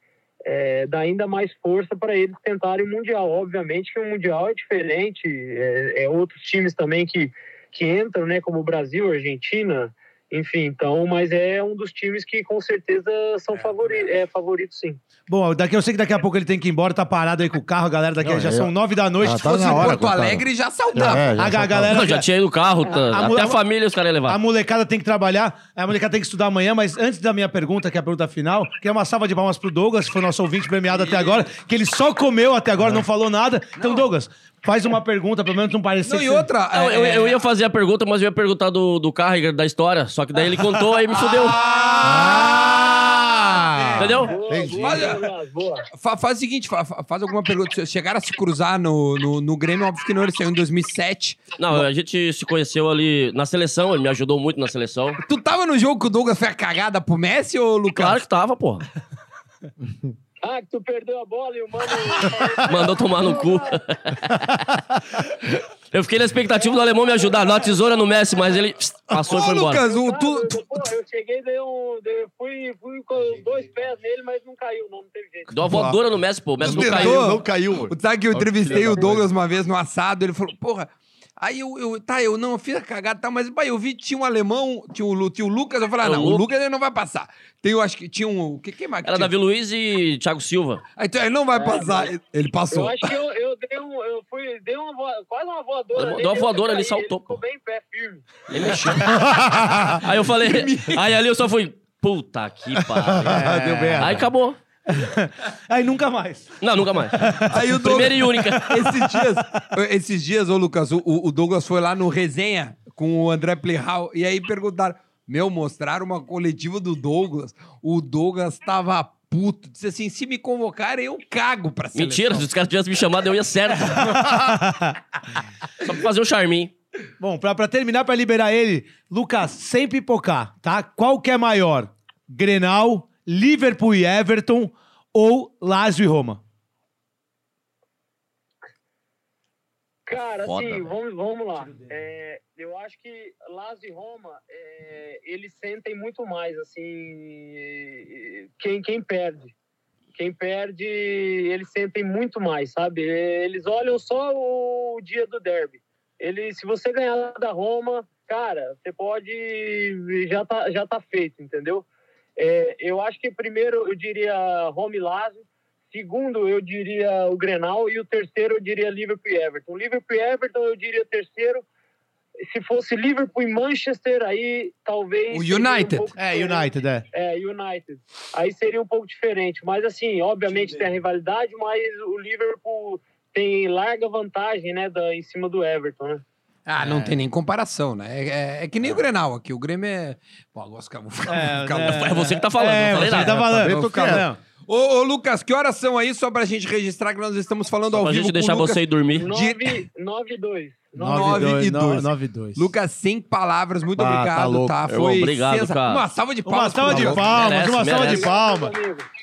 Speaker 5: é, dá ainda mais força para eles tentarem o Mundial. Obviamente que o Mundial é diferente, é, é outros times também que, que entram, né? Como o Brasil, a Argentina, enfim, então, mas é um dos times que com certeza são favori- é, favoritos, sim.
Speaker 2: Bom, daqui, eu sei que daqui a pouco ele tem que ir embora, tá parado aí com o carro, a galera daqui
Speaker 4: Não,
Speaker 2: já
Speaker 4: é-
Speaker 2: são nove da noite. Tipo assim,
Speaker 4: Ah, tá
Speaker 2: Se fosse
Speaker 4: na
Speaker 2: em
Speaker 4: hora.
Speaker 2: Porto-
Speaker 1: Porto
Speaker 4: coitado.
Speaker 1: Alegre já saudava.
Speaker 4: É, já
Speaker 2: a,
Speaker 4: soltava.
Speaker 2: a galera.
Speaker 3: Não, já tinha ido o carro, tá-
Speaker 2: a mu-
Speaker 3: até a
Speaker 2: a mu-
Speaker 3: família os caras iam
Speaker 2: A
Speaker 3: levar.
Speaker 2: molecada tem que trabalhar, a molecada tem que estudar amanhã, mas antes da minha pergunta, que é a pergunta final, que é uma salva de palmas pro Douglas, que foi nosso ouvinte premiado até agora, que ele só comeu até agora, não falou nada. Então, Douglas, faz uma pergunta, pelo menos não parecer.
Speaker 1: Não, e
Speaker 2: ser-
Speaker 1: outra...
Speaker 3: Não,
Speaker 1: é,
Speaker 3: eu,
Speaker 1: é-
Speaker 3: eu ia fazer a pergunta, mas eu ia perguntar do, do carro e da história, só que daí ele contou, aí me fudeu.
Speaker 4: Ah!
Speaker 3: Entendeu?
Speaker 5: Boa,
Speaker 4: Entendi.
Speaker 5: boa,
Speaker 1: Olha-
Speaker 5: Douglas, boa.
Speaker 1: Fa- faz o seguinte, fa- fa- faz alguma pergunta. Se Chegaram a se cruzar no, no, no Grêmio, óbvio que não, ele saiu em 2007.
Speaker 3: Não, a gente se conheceu ali na seleção, ele me ajudou muito na seleção.
Speaker 1: Tu tava no jogo que o Douglas foi a cagada pro Messi ou Lucas?
Speaker 3: Claro que tava, porra.
Speaker 5: Ah, que tu perdeu a bola e o mano. assim,
Speaker 3: Mandou tomar no cu. Eu fiquei na expectativa do alemão me ajudar, dar uma tesoura no Messi, mas ele pss, passou
Speaker 1: Ô,
Speaker 3: e foi embora.
Speaker 1: Lucas, o,
Speaker 5: Ah,
Speaker 1: tu,
Speaker 5: eu-
Speaker 1: tu-
Speaker 5: pô, eu cheguei, dei um, dei- fui, fui com os dois pés nele, mas não caiu, não, não teve jeito.
Speaker 3: Deu uma voadora no Messi, pô. O Messi não
Speaker 1: Tentou?
Speaker 3: caiu.
Speaker 4: Não caiu.
Speaker 1: tu sabe que eu
Speaker 4: Ó, filha
Speaker 1: entrevistei
Speaker 4: da
Speaker 1: o
Speaker 4: mãe.
Speaker 1: Douglas uma vez no assado, ele falou, porra, Aí eu, eu- tá, eu não eu fiz a cagada, tá, mas pai, eu vi tinha um alemão, tinha o, Lu- tinha o Lucas, eu falei, ah,
Speaker 3: É, o
Speaker 1: não, o
Speaker 3: Lu-
Speaker 1: Lucas ele não vai passar. Tem, eu acho que tinha um, o que que mais? que
Speaker 3: Era
Speaker 1: tinha?
Speaker 3: Davi Luiz e Thiago Silva.
Speaker 1: Aí, então, ele não vai passar, ele
Speaker 5: Eu
Speaker 1: passou.
Speaker 5: acho que eu, eu dei um. Eu fui, dei uma voa- quase uma voadora.
Speaker 3: Deu uma
Speaker 5: nele, eu
Speaker 3: voadora,
Speaker 5: caí,
Speaker 3: ele saltou,
Speaker 5: Ficou
Speaker 3: pô.
Speaker 5: bem em pé firme.
Speaker 3: Ele mexeu. aí eu falei. Aí ali eu só fui. Puta que pariu.
Speaker 4: Ah, Deu merda.
Speaker 3: Aí acabou.
Speaker 2: É. Aí nunca mais.
Speaker 3: Não, nunca mais.
Speaker 1: Aí o Douglas-
Speaker 3: Primeira e única.
Speaker 1: Esses dias, esses dias, ô Lucas, o, o Douglas foi lá no resenha com o André Plihal e aí perguntaram: Meu, mostraram uma coletiva do Douglas. O Douglas tava puto. Disse assim: se me convocarem, eu cago pra seleção.
Speaker 3: Mentira, se os caras tivessem me chamado, eu ia certo. Só pra fazer um charminho.
Speaker 2: Bom, pra, pra terminar, pra liberar ele, Lucas, sem pipocar, tá? Qual que é maior? Grenal, Liverpool e Everton ou Lazio e Roma?
Speaker 5: Cara,
Speaker 3: Foda,
Speaker 5: assim,
Speaker 3: velho.
Speaker 5: vamos, vamos lá. É, eu acho que Lazio e Roma, é, eles sentem muito mais, assim, é, quem, quem perde. Quem perde, eles sentem muito mais, sabe? É, Eles olham só o dia do derby. Ele, se você ganhar da Roma, cara, você pode... Já tá, já tá feito, entendeu? É, eu acho que primeiro, eu diria Roma e Lazio. Segundo, eu diria o Grenal. E o terceiro, eu diria Liverpool e Everton. Liverpool e Everton, eu diria terceiro. Se fosse Liverpool e Manchester, aí talvez.
Speaker 1: O
Speaker 5: seria um
Speaker 1: United.
Speaker 5: pouco
Speaker 2: É,
Speaker 5: diferente.
Speaker 2: United, é.
Speaker 5: É, United. Aí seria um pouco diferente. Mas, assim, obviamente tem a rivalidade, mas o Liverpool tem larga vantagem, né, da, em cima do Everton, né?
Speaker 1: Ah, não tem nem comparação, né? É, é- é que nem o Grenal aqui. O Grêmio é. Pô, agora os caras vão ficar. vão ficar-
Speaker 3: É você que tá falando,
Speaker 2: é,
Speaker 3: não falei
Speaker 2: você
Speaker 3: nada.
Speaker 2: tá falando.
Speaker 4: Eu tô quieto.
Speaker 1: Ô, ô, Lucas, que horas são aí? Só pra gente registrar que nós estamos falando ao
Speaker 3: Pra
Speaker 1: vivo.
Speaker 3: gente
Speaker 1: com o
Speaker 3: deixar
Speaker 1: Lucas...
Speaker 3: você ir dormir.
Speaker 5: 9 9 2
Speaker 1: Nove e dois.
Speaker 2: 9 e 2.
Speaker 1: Lucas, sem palavras, muito
Speaker 4: Ah, tá
Speaker 1: obrigado,
Speaker 4: louco.
Speaker 1: tá?
Speaker 3: Eu-
Speaker 1: Foi
Speaker 3: obrigado,
Speaker 1: sensa-
Speaker 3: cara.
Speaker 1: Uma salva de palmas.
Speaker 2: Uma salva
Speaker 1: pro
Speaker 2: de
Speaker 1: Lucas.
Speaker 2: palmas,
Speaker 3: Merece,
Speaker 2: uma salva de
Speaker 3: merece.
Speaker 2: palmas.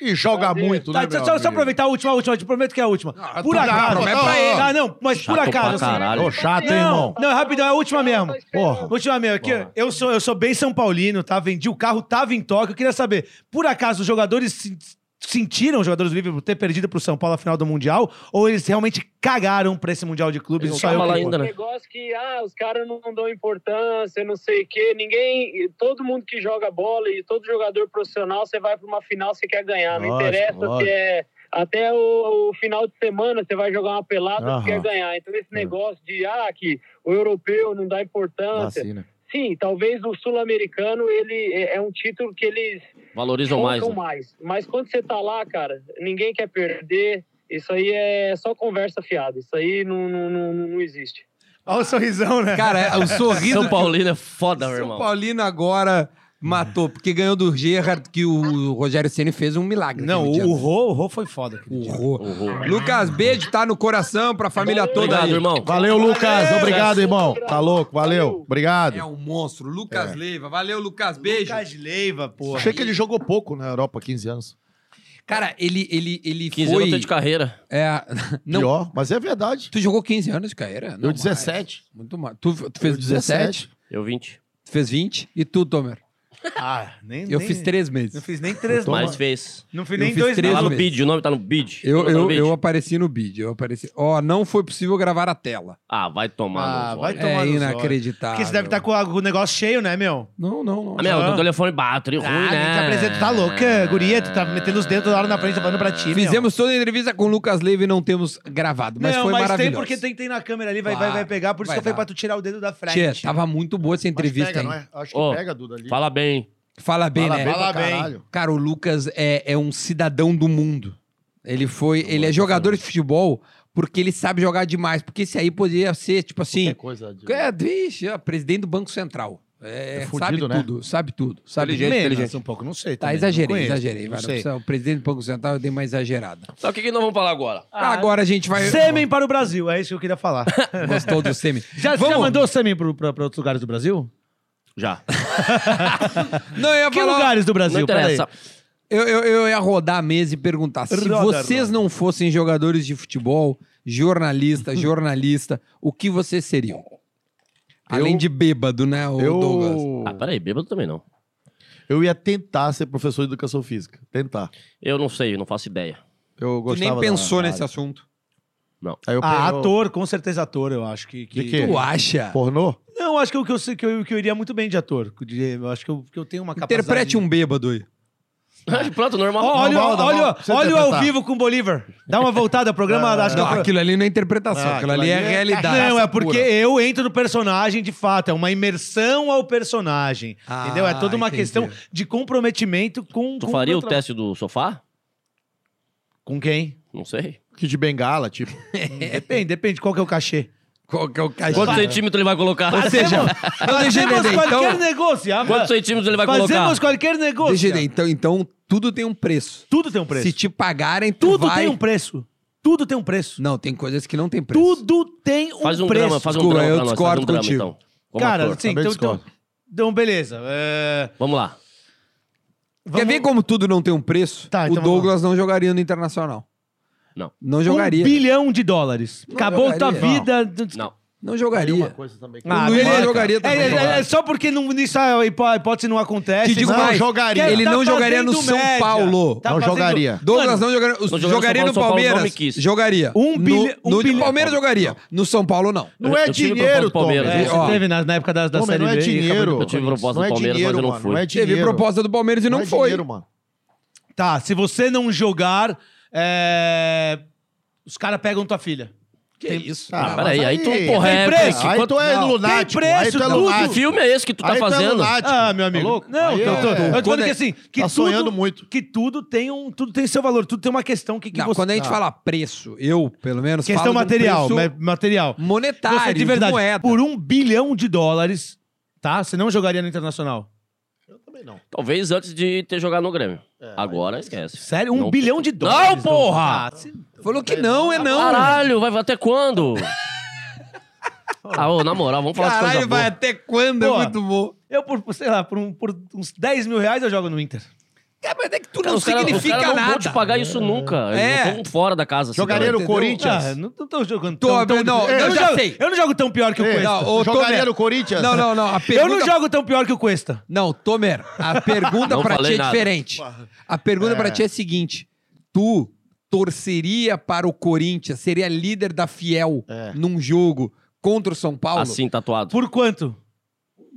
Speaker 4: E joga
Speaker 5: Prazer.
Speaker 4: muito, né,
Speaker 2: Tá,
Speaker 4: meu
Speaker 2: só, só
Speaker 4: amigo?
Speaker 2: aproveitar a última, a última, te prometo que é a última. por
Speaker 1: não,
Speaker 2: acaso.
Speaker 1: promete é pra ele.
Speaker 2: Ah, não, mas
Speaker 3: Chato
Speaker 2: por
Speaker 3: pra
Speaker 2: acaso, assim.
Speaker 3: caralho.
Speaker 4: Ô, chato, hein,
Speaker 2: Não,
Speaker 4: irmão?
Speaker 2: não, rapidão, é a última
Speaker 5: tá
Speaker 2: mesmo.
Speaker 5: Porra.
Speaker 2: Última mesmo, aqui, eu sou, eu sou bem São Paulino, tá? Vendi o carro, tava em toque. Eu queria saber, por acaso os jogadores se- sentiram, os jogadores do Liverpool, ter perdido pro São Paulo a final do Mundial? Ou eles realmente cagaram pra esse Mundial de Clubes?
Speaker 3: Eles
Speaker 2: e Só
Speaker 3: não
Speaker 2: eu
Speaker 3: tava lá
Speaker 2: que
Speaker 3: ainda, né?
Speaker 5: negócio que ah, os caras não dão importância, não sei o quê. Ninguém, todo mundo que joga bola e todo jogador profissional, você vai pra uma final, você quer ganhar. Não
Speaker 4: Lógico,
Speaker 5: interessa se
Speaker 4: lógico.
Speaker 5: é até o, o final de semana você vai jogar uma pelada,
Speaker 4: Aham.
Speaker 5: você quer ganhar. Então esse negócio de ah, que o europeu não dá importância.
Speaker 4: Vacina.
Speaker 5: Sim, talvez o sul-americano ele é é um título que eles
Speaker 3: Valorizam mais.
Speaker 5: focam
Speaker 3: né?
Speaker 5: mais. Mas quando você tá lá, cara, ninguém quer perder. Isso aí é só conversa fiada. Isso aí não, não, não, não existe.
Speaker 2: Olha o sorrisão, né?
Speaker 1: Cara, é, o sorriso.
Speaker 3: São Paulino é foda, meu
Speaker 1: São
Speaker 3: irmão.
Speaker 1: Paulino agora matou, porque ganhou do Gerrard, que o Rogério Ceni fez um milagre.
Speaker 2: Não,
Speaker 1: aquele dia.
Speaker 2: o, o Rô, o Rô foi foda. aquele
Speaker 1: o
Speaker 2: dia.
Speaker 1: Rô.
Speaker 3: Horror.
Speaker 1: Lucas, beijo, tá no coração pra família toda
Speaker 3: Obrigado,
Speaker 1: aí.
Speaker 3: irmão.
Speaker 4: Valeu, Lucas.
Speaker 2: Valeu,
Speaker 4: Obrigado,
Speaker 5: Lucas.
Speaker 4: irmão. Tá louco, valeu.
Speaker 1: É
Speaker 4: Obrigado.
Speaker 1: um monstro.
Speaker 3: É.
Speaker 1: Lucas Leiva. Valeu, Lucas, beijo.
Speaker 2: Lucas Leiva, porra.
Speaker 4: Achei que ele jogou pouco na Europa, 15 anos.
Speaker 1: Cara, ele, ele, ele
Speaker 3: 15 anos eu
Speaker 1: foi...
Speaker 3: tenho de carreira.
Speaker 1: É, não,
Speaker 4: Pior, mas é verdade.
Speaker 1: tu jogou 15 anos de carreira? Não,
Speaker 4: Deu 17.
Speaker 1: mais. Muito mais. Tu, tu fez
Speaker 4: Eu
Speaker 1: 17,
Speaker 4: 17.
Speaker 3: Eu 20.
Speaker 1: tu fez 20 e tu, Tomer?
Speaker 2: Ah, nem,
Speaker 1: Eu
Speaker 2: nem-
Speaker 1: fiz 3
Speaker 2: Não
Speaker 1: meses.
Speaker 2: fiz nem três, não.
Speaker 3: Mas fez.
Speaker 2: Não fiz
Speaker 1: eu
Speaker 2: nem
Speaker 1: fiz
Speaker 2: dois,
Speaker 1: três
Speaker 2: não.
Speaker 3: Tá no
Speaker 1: meses.
Speaker 3: bid, o nome tá no bid.
Speaker 1: Eu,
Speaker 3: Tá no
Speaker 1: eu,
Speaker 3: bid.
Speaker 1: eu apareci no bid, eu apareci... Ó, não foi possível gravar a tela.
Speaker 3: Ah, vai tomar.
Speaker 2: Ah,
Speaker 3: no
Speaker 2: vai
Speaker 3: zóio.
Speaker 2: tomar
Speaker 1: é
Speaker 2: nos olhos.
Speaker 1: inacreditável.
Speaker 2: Porque você deve estar com a- com o negócio cheio, né, meu?
Speaker 1: Não, não, não.
Speaker 3: Ah, meu,
Speaker 2: Ah.
Speaker 3: teu telefone bate, ruim,
Speaker 2: Ah,
Speaker 3: né?
Speaker 2: nem te apresento, tá louca, guria, tu tá metendo os dedos toda hora na frente, tá falando pra ti, meu.
Speaker 1: Fizemos toda a entrevista com o Lucas Leiva e não temos gravado, mas
Speaker 2: não,
Speaker 1: foi
Speaker 2: mas tem
Speaker 1: maravilhoso.
Speaker 2: porque tem, tem na câmera ali, vai,
Speaker 1: Claro,
Speaker 2: vai, vai pegar, por isso
Speaker 1: vai
Speaker 2: que eu falei
Speaker 1: dar.
Speaker 2: pra tu tirar o dedo da frente.
Speaker 1: Tchê, tá tava muito boa essa entrevista,
Speaker 4: pega,
Speaker 1: hein?
Speaker 4: não é? Acho que
Speaker 3: Ô,
Speaker 4: pega, Duda, ali.
Speaker 3: Fala bem.
Speaker 1: Fala bem,
Speaker 4: Fala
Speaker 1: né?
Speaker 4: bem pra
Speaker 2: é? Fala bem.
Speaker 4: caralho.
Speaker 1: Cara, o Lucas é, é um cidadão do mundo. Ele foi. Ele é jogador de futebol porque ele sabe jogar demais. Porque esse aí poderia ser, tipo assim.
Speaker 4: Qualquer coisa de-
Speaker 1: É, vixe, é, presidente do Banco Central. É,
Speaker 4: É fudido,
Speaker 1: sabe
Speaker 4: né?
Speaker 1: tudo, sabe tudo. Sabe
Speaker 2: Menos
Speaker 1: tudo.
Speaker 2: um pouco, não sei.
Speaker 1: Tá,
Speaker 2: também, não
Speaker 1: exagerei,
Speaker 2: conheço,
Speaker 1: exagerei.
Speaker 2: não
Speaker 1: vai, não
Speaker 2: sei.
Speaker 1: precisa- o presidente do Banco Central eu dei uma exagerada.
Speaker 3: Sabe o que, que nós vamos falar agora?
Speaker 2: Ah,
Speaker 1: Agora a gente vai.
Speaker 2: Sêmen para o Brasil, é isso que eu queria falar.
Speaker 1: Gostou do semi.
Speaker 2: já, já mandou sêmen pro- pra pra outros lugares do Brasil?
Speaker 3: Já.
Speaker 1: Não, eu ia
Speaker 2: Que
Speaker 1: falar.
Speaker 2: lugares do
Speaker 3: Não
Speaker 2: Brasil? Peraí.
Speaker 3: interessa.
Speaker 1: Eu, eu, eu ia rodar a mesa e perguntar: se
Speaker 2: Roda,
Speaker 1: vocês
Speaker 2: roda.
Speaker 1: não fossem jogadores de futebol, jornalista, jornalista, o que vocês seriam? Além de bêbado, né, o Douglas?
Speaker 4: Eu...
Speaker 3: Ah, peraí, bêbado também não.
Speaker 4: eu ia tentar ser professor de educação física. Tentar.
Speaker 3: Eu não sei, não faço ideia.
Speaker 4: Eu
Speaker 1: Tu
Speaker 4: gostava
Speaker 1: nem
Speaker 4: da-
Speaker 1: pensou
Speaker 4: da
Speaker 1: nesse
Speaker 4: área.
Speaker 1: assunto.
Speaker 7: Não.
Speaker 4: Aí eu
Speaker 2: Ah,
Speaker 4: pe- eu-
Speaker 2: ator, com certeza ator, eu acho que... que...
Speaker 4: De quê?
Speaker 1: Tu acha?
Speaker 4: Pornô?
Speaker 2: Não, acho que eu, que, eu, sei- que, eu, que eu iria muito bem de ator. De- eu acho que eu, que eu tenho uma capacidade...
Speaker 1: Interprete um bêbado aí.
Speaker 3: Pronto,
Speaker 2: Ó,
Speaker 3: normal.
Speaker 2: olha,
Speaker 4: Dá mal, dá
Speaker 2: olha,
Speaker 4: mal. Precisa
Speaker 2: olha o ao
Speaker 4: interpretar.
Speaker 2: vivo com o Bolívar. Dá uma voltada, programa... acho que é
Speaker 1: Não,
Speaker 2: o pro-
Speaker 1: aquilo ali não é interpretação,
Speaker 4: Ah,
Speaker 1: aquilo ali é,
Speaker 4: aquilo ali é-
Speaker 1: realidade.
Speaker 2: Não, é porque eu entro no personagem de fato, é uma imersão ao personagem.
Speaker 1: Ah,
Speaker 2: entendeu? É toda uma
Speaker 1: entendi.
Speaker 2: questão de comprometimento com.
Speaker 3: Tu
Speaker 2: com
Speaker 3: faria o
Speaker 2: meu tra-
Speaker 3: teste do sofá?
Speaker 2: Com quem?
Speaker 3: Não sei.
Speaker 4: Que de bengala, tipo.
Speaker 2: Depende, depende qual que é o cachê.
Speaker 1: Qual que é o cachê?
Speaker 3: Quantos centímetros ele vai colocar? Ou seja,
Speaker 1: Não, deixa eu
Speaker 2: Fazemos
Speaker 1: entender,
Speaker 2: qualquer
Speaker 1: então...
Speaker 2: negócio. ah,
Speaker 3: quantos centímetros ele vai
Speaker 2: Fazemos
Speaker 3: colocar?
Speaker 2: qualquer negócio.
Speaker 1: Deixa eu entender, então, então tudo tem um preço.
Speaker 2: Tudo tem um preço.
Speaker 1: Se te pagarem, tu
Speaker 2: Tudo
Speaker 1: vai...
Speaker 2: tem um preço. Tudo tem um preço.
Speaker 1: Não, tem coisas que não tem preço.
Speaker 2: Tudo tem um,
Speaker 3: Faz um
Speaker 2: preço.
Speaker 3: drama, faz um
Speaker 1: Desculpa,
Speaker 3: drama
Speaker 1: eu
Speaker 3: pra nós, faz
Speaker 1: discordo
Speaker 3: um drama,
Speaker 1: contigo.
Speaker 3: então. Como
Speaker 2: Cara,
Speaker 3: ator.
Speaker 2: assim,
Speaker 4: também
Speaker 2: então, então, então, beleza. é,
Speaker 3: Vamos lá.
Speaker 1: Quer
Speaker 2: vamos-
Speaker 1: ver como tudo não tem um preço?
Speaker 2: Tá, então
Speaker 1: o Douglas não jogaria no Internacional.
Speaker 3: Não.
Speaker 1: Não jogaria.
Speaker 2: Um bilhão de dólares.
Speaker 1: Não
Speaker 2: Acabou tua
Speaker 1: jogaria.
Speaker 2: vida.
Speaker 3: Não.
Speaker 1: Não jogaria.
Speaker 4: coisa também.
Speaker 1: O Luiz
Speaker 2: beleza.
Speaker 1: não jogaria também.
Speaker 2: É, é, é só porque não, isso a hipó- a hipótese não acontece.
Speaker 1: Te digo
Speaker 4: não
Speaker 1: mais,
Speaker 4: jogaria.
Speaker 1: ele
Speaker 2: Tá
Speaker 1: não jogaria no
Speaker 2: fazendo
Speaker 1: São
Speaker 2: média. Tá
Speaker 1: Paulo.
Speaker 4: Não
Speaker 2: fazendo-
Speaker 4: jogaria.
Speaker 1: Douglas não jogaria, os-
Speaker 3: jogaria no
Speaker 1: jogaria
Speaker 3: São
Speaker 1: no
Speaker 3: Paulo, São Paulo não
Speaker 1: Palmeiras.
Speaker 3: me quis.
Speaker 1: Jogaria.
Speaker 2: Um bilhão-
Speaker 1: No, no
Speaker 2: um bilhão-
Speaker 1: Palmeiras jogaria. No São Paulo não.
Speaker 4: Não é
Speaker 3: Eu tive
Speaker 4: dinheiro,
Speaker 3: proposta do Palmeiras.
Speaker 1: Thomas.
Speaker 2: É,
Speaker 1: É,
Speaker 2: você
Speaker 1: ó.
Speaker 2: teve na, na época das, da
Speaker 4: Não, mas
Speaker 2: série
Speaker 4: não é
Speaker 2: B,
Speaker 4: dinheiro.
Speaker 2: acabou
Speaker 3: Eu tive
Speaker 4: não
Speaker 3: proposta do
Speaker 4: é
Speaker 3: Palmeiras,
Speaker 4: dinheiro,
Speaker 3: mas eu não
Speaker 4: mano.
Speaker 3: fui.
Speaker 4: Não é dinheiro.
Speaker 1: Teve proposta do Palmeiras e não,
Speaker 4: é
Speaker 1: foi.
Speaker 4: dinheiro, mano.
Speaker 2: de- Tá, se você não jogar, é, os caras pegam tua filha.
Speaker 1: que isso?
Speaker 4: Ah,
Speaker 1: Ah,
Speaker 4: mas
Speaker 3: Peraí, aí tu,
Speaker 4: aí-
Speaker 3: porra,
Speaker 2: Tem
Speaker 3: é...
Speaker 2: preço,
Speaker 3: quanto-
Speaker 4: Aí tu é
Speaker 2: Não, tem
Speaker 4: lunático.
Speaker 2: preço,
Speaker 4: aí tu é
Speaker 2: tudo.
Speaker 3: Que
Speaker 4: lunático.
Speaker 3: filme é esse que tu tá
Speaker 4: Aí tu é
Speaker 3: fazendo?
Speaker 4: lunático.
Speaker 2: Ah, meu amigo.
Speaker 4: Tá louco?
Speaker 2: Não,
Speaker 4: Aí
Speaker 2: eu tô,
Speaker 4: é-
Speaker 2: eu tô
Speaker 1: Quando
Speaker 2: falando
Speaker 1: é-
Speaker 2: que assim, que
Speaker 4: tá
Speaker 2: tudo,
Speaker 4: sonhando muito.
Speaker 2: que tudo tem um, tudo tem seu valor, tudo tem uma questão que, que
Speaker 1: não,
Speaker 2: você-
Speaker 1: quando a gente
Speaker 2: Ah.
Speaker 1: fala preço, eu, pelo menos,
Speaker 2: questão
Speaker 1: falo de um
Speaker 2: material,
Speaker 1: preço
Speaker 2: ma- material.
Speaker 1: monetário,
Speaker 2: Você de verdade,
Speaker 1: moeda.
Speaker 2: por um bilhão de dólares, tá? Você não jogaria no Internacional.
Speaker 4: Eu também não.
Speaker 3: Talvez antes de ter jogado no Grêmio.
Speaker 4: É,
Speaker 3: Agora esquece.
Speaker 2: Sério? Um
Speaker 3: Não-
Speaker 2: bilhão de dólares?
Speaker 3: Não, porra!
Speaker 2: Ah, se-
Speaker 1: Falou que não, é não.
Speaker 3: Caralho, vai até quando? ah, ô, na moral, vamos falar de coisa
Speaker 1: Caralho, vai
Speaker 3: boa.
Speaker 1: até quando?
Speaker 2: Pô.
Speaker 1: É muito bom.
Speaker 2: Eu, por, por, sei lá, por, um- por uns 10 mil reais eu jogo no Inter.
Speaker 1: É, mas é que tu
Speaker 3: Cara,
Speaker 1: não
Speaker 3: os caras um
Speaker 1: significa
Speaker 3: cara não vão
Speaker 1: nada.
Speaker 3: te pagar isso nunca. Eles
Speaker 1: É.
Speaker 3: não tão fora da casa. assim
Speaker 4: Jogaria
Speaker 3: também.
Speaker 4: no
Speaker 1: entendeu?
Speaker 4: Corinthians.
Speaker 2: Ah, não, não tô jogando
Speaker 1: Tô,
Speaker 2: tão, tão-
Speaker 1: não, eu já
Speaker 2: jogo,
Speaker 1: sei.
Speaker 2: Eu não jogo tão pior que o
Speaker 4: É,
Speaker 2: Cuesta.
Speaker 1: Não, ô,
Speaker 4: Jogaria
Speaker 1: Tomer.
Speaker 4: no Corinthians?
Speaker 1: Não, não, não. A
Speaker 2: eu
Speaker 1: pergunta
Speaker 2: não jogo tão pior que o Cuesta.
Speaker 1: Não, Tomer, a pergunta
Speaker 3: Não
Speaker 1: pra ti
Speaker 3: falei
Speaker 1: é
Speaker 3: nada.
Speaker 1: diferente. A pergunta pra ti é a seguinte: tu torceria para o Corinthians, seria líder da Fiel
Speaker 4: É.
Speaker 1: num jogo contra o São Paulo
Speaker 3: Assim, tatuado.
Speaker 2: Por quanto?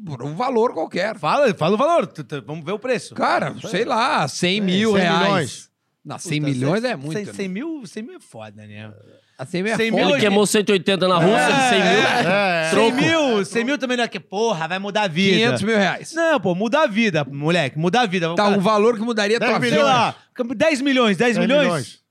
Speaker 1: por um valor qualquer.
Speaker 2: Fala, fala o valor. tu- tu- vamos ver o preço.
Speaker 1: Cara, sei lá, 100 mil
Speaker 4: 100
Speaker 1: reais.
Speaker 4: É, milhões.
Speaker 1: Não, 100
Speaker 2: Puta,
Speaker 1: milhões
Speaker 2: cem-
Speaker 1: é muito.
Speaker 2: cem-
Speaker 1: né?
Speaker 2: cem mil, 100 mil é foda, né?
Speaker 1: Ah, 100 mil é
Speaker 2: cem
Speaker 1: foda.
Speaker 2: mil
Speaker 3: Ele
Speaker 2: hoje-
Speaker 3: queimou 180 na Rússia,
Speaker 2: É,
Speaker 3: 100 mil.
Speaker 2: é.
Speaker 4: É, é.
Speaker 2: 100 mil, 100 mil também não é que, porra, vai mudar a vida.
Speaker 1: 500 mil reais.
Speaker 2: Não, pô, muda a vida, moleque, muda a vida.
Speaker 1: Tá,
Speaker 2: Cara,
Speaker 1: um valor que mudaria
Speaker 4: Dez
Speaker 1: tua
Speaker 2: sei
Speaker 1: vida.
Speaker 4: milhões.
Speaker 2: lá, 10 milhões, 10,
Speaker 4: 10
Speaker 2: milhões.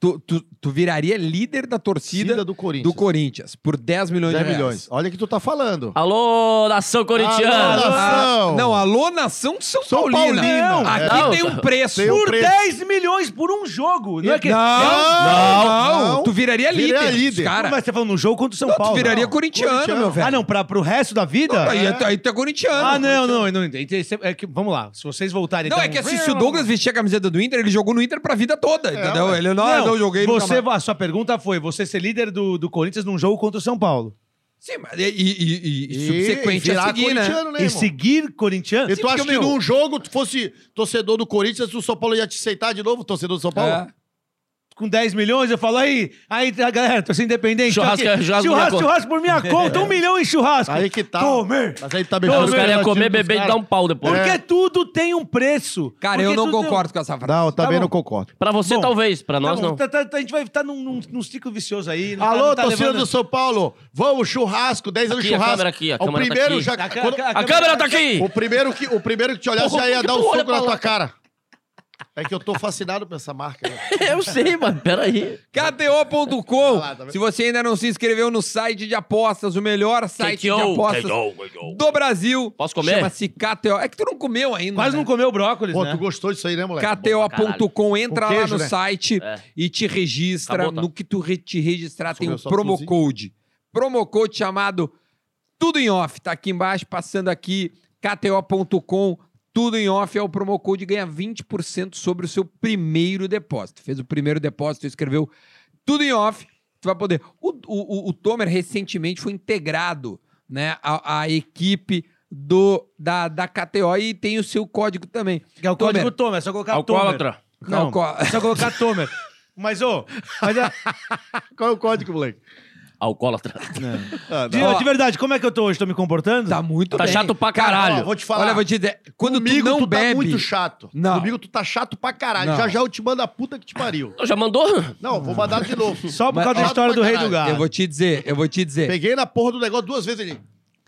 Speaker 1: Tu, tu, tu viraria líder da
Speaker 4: Vida
Speaker 1: torcida
Speaker 4: do
Speaker 1: do
Speaker 4: Corinthians.
Speaker 1: Corinthians por 10 milhões
Speaker 4: 10
Speaker 1: de reais.
Speaker 4: milhões. Olha o que tu tá falando.
Speaker 3: Alô, nação
Speaker 4: Alô,
Speaker 3: corintiana.
Speaker 4: nação.
Speaker 1: Ah,
Speaker 4: Não.
Speaker 1: não, alô nação São,
Speaker 4: São
Speaker 1: Paulina.
Speaker 4: Paulina.
Speaker 1: Não, Aqui
Speaker 3: Não.
Speaker 1: tem um preço.
Speaker 4: Tem um
Speaker 2: Por
Speaker 4: preço.
Speaker 2: 10 milhões por um jogo. Não é que.
Speaker 1: Não,
Speaker 4: não,
Speaker 1: Tu viraria líder.
Speaker 4: Viraria líder.
Speaker 1: Os Cara,
Speaker 2: Não, mas você tá falando no jogo contra o São
Speaker 1: Não, tu
Speaker 2: Paulo.
Speaker 1: viraria
Speaker 2: Não.
Speaker 1: corintiano,
Speaker 4: Corintiano.
Speaker 1: meu velho.
Speaker 2: Ah, não, pra, pro resto da vida?
Speaker 1: Aí, é- aí tu é corintiano.
Speaker 2: Ah, não, não, não. entendi. Esse- é que- vamos lá, se vocês voltarem.
Speaker 1: Não,
Speaker 2: então-
Speaker 1: é que assim, se o Douglas vestir a camiseta do Inter, ele jogou no Inter pra vida toda, entendeu? Ele não, "Ah, não, joguei nunca
Speaker 2: você,
Speaker 1: mais.
Speaker 2: A sua pergunta foi: você ser líder do, do Corinthians num jogo contra o São Paulo.
Speaker 1: Sim, mas e, e- e- e subsequente
Speaker 4: virar
Speaker 1: a seguir, né?
Speaker 4: corintiano, né,
Speaker 2: e
Speaker 4: irmão?
Speaker 2: seguir corintiano.
Speaker 4: E tu
Speaker 1: porque,
Speaker 4: acha que
Speaker 1: meu-
Speaker 4: num jogo tu fosse torcedor do Corinthians, o São Paulo ia te aceitar de novo, torcedor do São Paulo?
Speaker 1: É.
Speaker 2: com 10 milhões, eu falo, aí, aí a galera, torcida independente.
Speaker 3: Churrasco,
Speaker 1: é
Speaker 2: tá aqui.
Speaker 3: churrasco por minha
Speaker 2: churrasco,
Speaker 3: conta.
Speaker 2: churrasco por minha conta, um milhão em churrasco.
Speaker 4: Aí que tá.
Speaker 2: Tomer.
Speaker 4: Mas aí é. tá
Speaker 3: Os
Speaker 4: beijando
Speaker 3: caras iam comer,
Speaker 4: dos
Speaker 3: beber e
Speaker 4: caras.
Speaker 3: dar um pau depois.
Speaker 2: Porque tudo tem um preço.
Speaker 1: Cara, eu
Speaker 2: Porque
Speaker 1: não
Speaker 2: tudo tem- um-
Speaker 1: concordo com essa frase. Tá
Speaker 4: Não, eu também
Speaker 2: bom.
Speaker 4: não concordo.
Speaker 3: Pra você,
Speaker 2: Bom,
Speaker 3: talvez. Pra
Speaker 2: Tá
Speaker 3: nós,
Speaker 2: bom,
Speaker 3: não.
Speaker 2: tá- tá- tá- a gente vai estar num, num, num ciclo vicioso aí. não tá-
Speaker 4: Alô,
Speaker 2: não tá
Speaker 4: torcida
Speaker 2: levando-
Speaker 4: do São Paulo, vamos, churrasco, 10 anos de
Speaker 3: Aqui, a
Speaker 4: churrasco.
Speaker 3: câmera aqui, a
Speaker 4: O
Speaker 3: câmera tá
Speaker 4: primeiro
Speaker 3: aqui.
Speaker 4: já-
Speaker 2: A ca-
Speaker 4: quando-
Speaker 2: a-
Speaker 3: A câmera tá aqui!
Speaker 4: O primeiro que, o primeiro que te olhasse
Speaker 3: Porra,
Speaker 4: já
Speaker 3: por
Speaker 4: ia
Speaker 3: que
Speaker 4: dar
Speaker 3: tu
Speaker 4: um
Speaker 3: olha
Speaker 4: soco
Speaker 3: pra
Speaker 4: na
Speaker 3: lá,
Speaker 4: tua cara. É que eu tô fascinado por essa marca. né?
Speaker 3: Eu sei, mano. Peraí.
Speaker 1: KTO.com.
Speaker 4: lá, tá vendo?
Speaker 1: Se você ainda não se inscreveu no site de apostas, o melhor site de
Speaker 3: KTO,
Speaker 1: apostas do Brasil.
Speaker 3: Posso comer?
Speaker 1: Chama-se KTO. É que tu não comeu ainda.
Speaker 2: Quase não
Speaker 1: né?
Speaker 2: comeu brócolis,
Speaker 4: Pô,
Speaker 2: né?
Speaker 4: tu gostou disso aí, né, moleque?
Speaker 1: KTO.com, entra
Speaker 4: Com
Speaker 1: lá
Speaker 4: queijo,
Speaker 1: no
Speaker 4: né?
Speaker 1: site
Speaker 3: É.
Speaker 1: e te registra.
Speaker 3: Acabou, tá?
Speaker 1: No que tu re- te registrar tem
Speaker 4: Subiu
Speaker 1: um
Speaker 4: só
Speaker 1: promo
Speaker 4: tudozinho.
Speaker 1: code. Promo code chamado Tudo em Off. Tá aqui embaixo, passando aqui, KTO.com. Tudo em off é o promo code ganha 20% sobre o seu primeiro depósito. Fez o primeiro depósito, escreveu tudo em off. Tu vai poder. O, o, o- o Tomer recentemente foi integrado né, à, à equipe do, da, da KTO e tem o seu código também.
Speaker 2: Que é o
Speaker 1: Tomer.
Speaker 2: código Tomer, é só colocar Tomer.
Speaker 3: Alcoólatra.
Speaker 2: Não,
Speaker 1: Não, co-
Speaker 2: é só colocar Tomer. Mas, ô, mas é, a-
Speaker 4: Qual é o código, moleque?
Speaker 3: Alcoólatra.
Speaker 2: de, de verdade, como é que eu tô hoje? Tô me comportando?
Speaker 1: Tá muito
Speaker 3: Tá
Speaker 1: bem.
Speaker 3: chato pra
Speaker 1: Cara,
Speaker 3: caralho.
Speaker 4: Ó, vou te falar.
Speaker 1: Olha, eu vou te dizer. Quando
Speaker 4: Comigo,
Speaker 1: tu não bebe...
Speaker 4: tá muito chato.
Speaker 1: Não.
Speaker 4: Comigo tu tá chato pra caralho.
Speaker 1: Não.
Speaker 4: Já já eu te mando a puta que te pariu.
Speaker 3: Então, Já mandou?
Speaker 4: Não, vou mandar de novo.
Speaker 2: Só por
Speaker 1: Mas-
Speaker 2: causa da
Speaker 4: Chato
Speaker 2: história
Speaker 4: pra
Speaker 2: do rei do
Speaker 4: caralho.
Speaker 2: gado.
Speaker 1: Eu vou te dizer, eu vou te dizer.
Speaker 4: Peguei na porra do negócio duas vezes ali.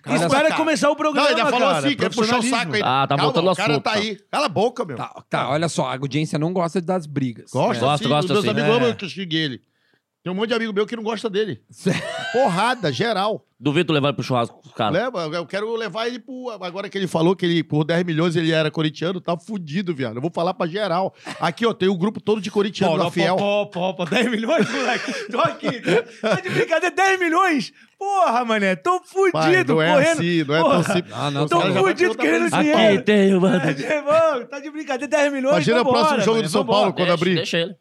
Speaker 1: Cara,
Speaker 2: Espera
Speaker 4: cara.
Speaker 2: começar o
Speaker 4: Não,
Speaker 2: programa,
Speaker 4: ainda falou
Speaker 2: cara.
Speaker 4: assim, quer puxar o saco
Speaker 2: Profissionalismo.
Speaker 4: ainda.
Speaker 3: Ah, tá voltando
Speaker 4: o
Speaker 3: ao
Speaker 4: cara
Speaker 3: assunto,
Speaker 4: tá
Speaker 3: tá.
Speaker 4: aí. Cala a boca, meu.
Speaker 1: Tá, tá, olha só, a audiência não gosta das brigas.
Speaker 4: Gosta,
Speaker 3: Gosto,
Speaker 4: sim.
Speaker 3: gosto,
Speaker 4: Os meus
Speaker 3: sim.
Speaker 4: amigos
Speaker 2: É.
Speaker 4: amam que eu xingue ele. Tem um monte de amigo meu que não gosta dele.
Speaker 1: É.
Speaker 4: Porrada, geral.
Speaker 3: Duvido tu levar ele pro churrasco, cara.
Speaker 4: Leva, eu quero levar ele pro. Agora que ele falou que ele, por 10 milhões ele era corintiano, tá fudido, viado. Eu vou falar pra geral. Aqui, ó, tem um grupo todo de corintiano
Speaker 2: Pô,
Speaker 4: da Fiel.
Speaker 2: Pô, pô, pô, 10 milhões, moleque. Tô aqui. Tá de brincadeira, 10 milhões? Porra, mané. Tô fudido,
Speaker 4: Pai, não é
Speaker 2: correndo.
Speaker 4: assim, não é tão
Speaker 2: Porra,
Speaker 4: simples.
Speaker 1: Ah, não,
Speaker 4: Os
Speaker 2: Tô
Speaker 4: caras já vai
Speaker 2: fudido
Speaker 4: perguntar
Speaker 2: querendo
Speaker 4: pra ele.
Speaker 3: Aqui
Speaker 2: dinheiro.
Speaker 3: tem, mano.
Speaker 2: Tá de, irmão, tá de brincadeira, 10 milhões,
Speaker 4: Imagina o
Speaker 2: vambora,
Speaker 4: próximo jogo
Speaker 2: mané,
Speaker 4: do São
Speaker 2: vambora.
Speaker 4: Paulo quando
Speaker 3: Deixa,
Speaker 4: abrir.
Speaker 3: deixa ele.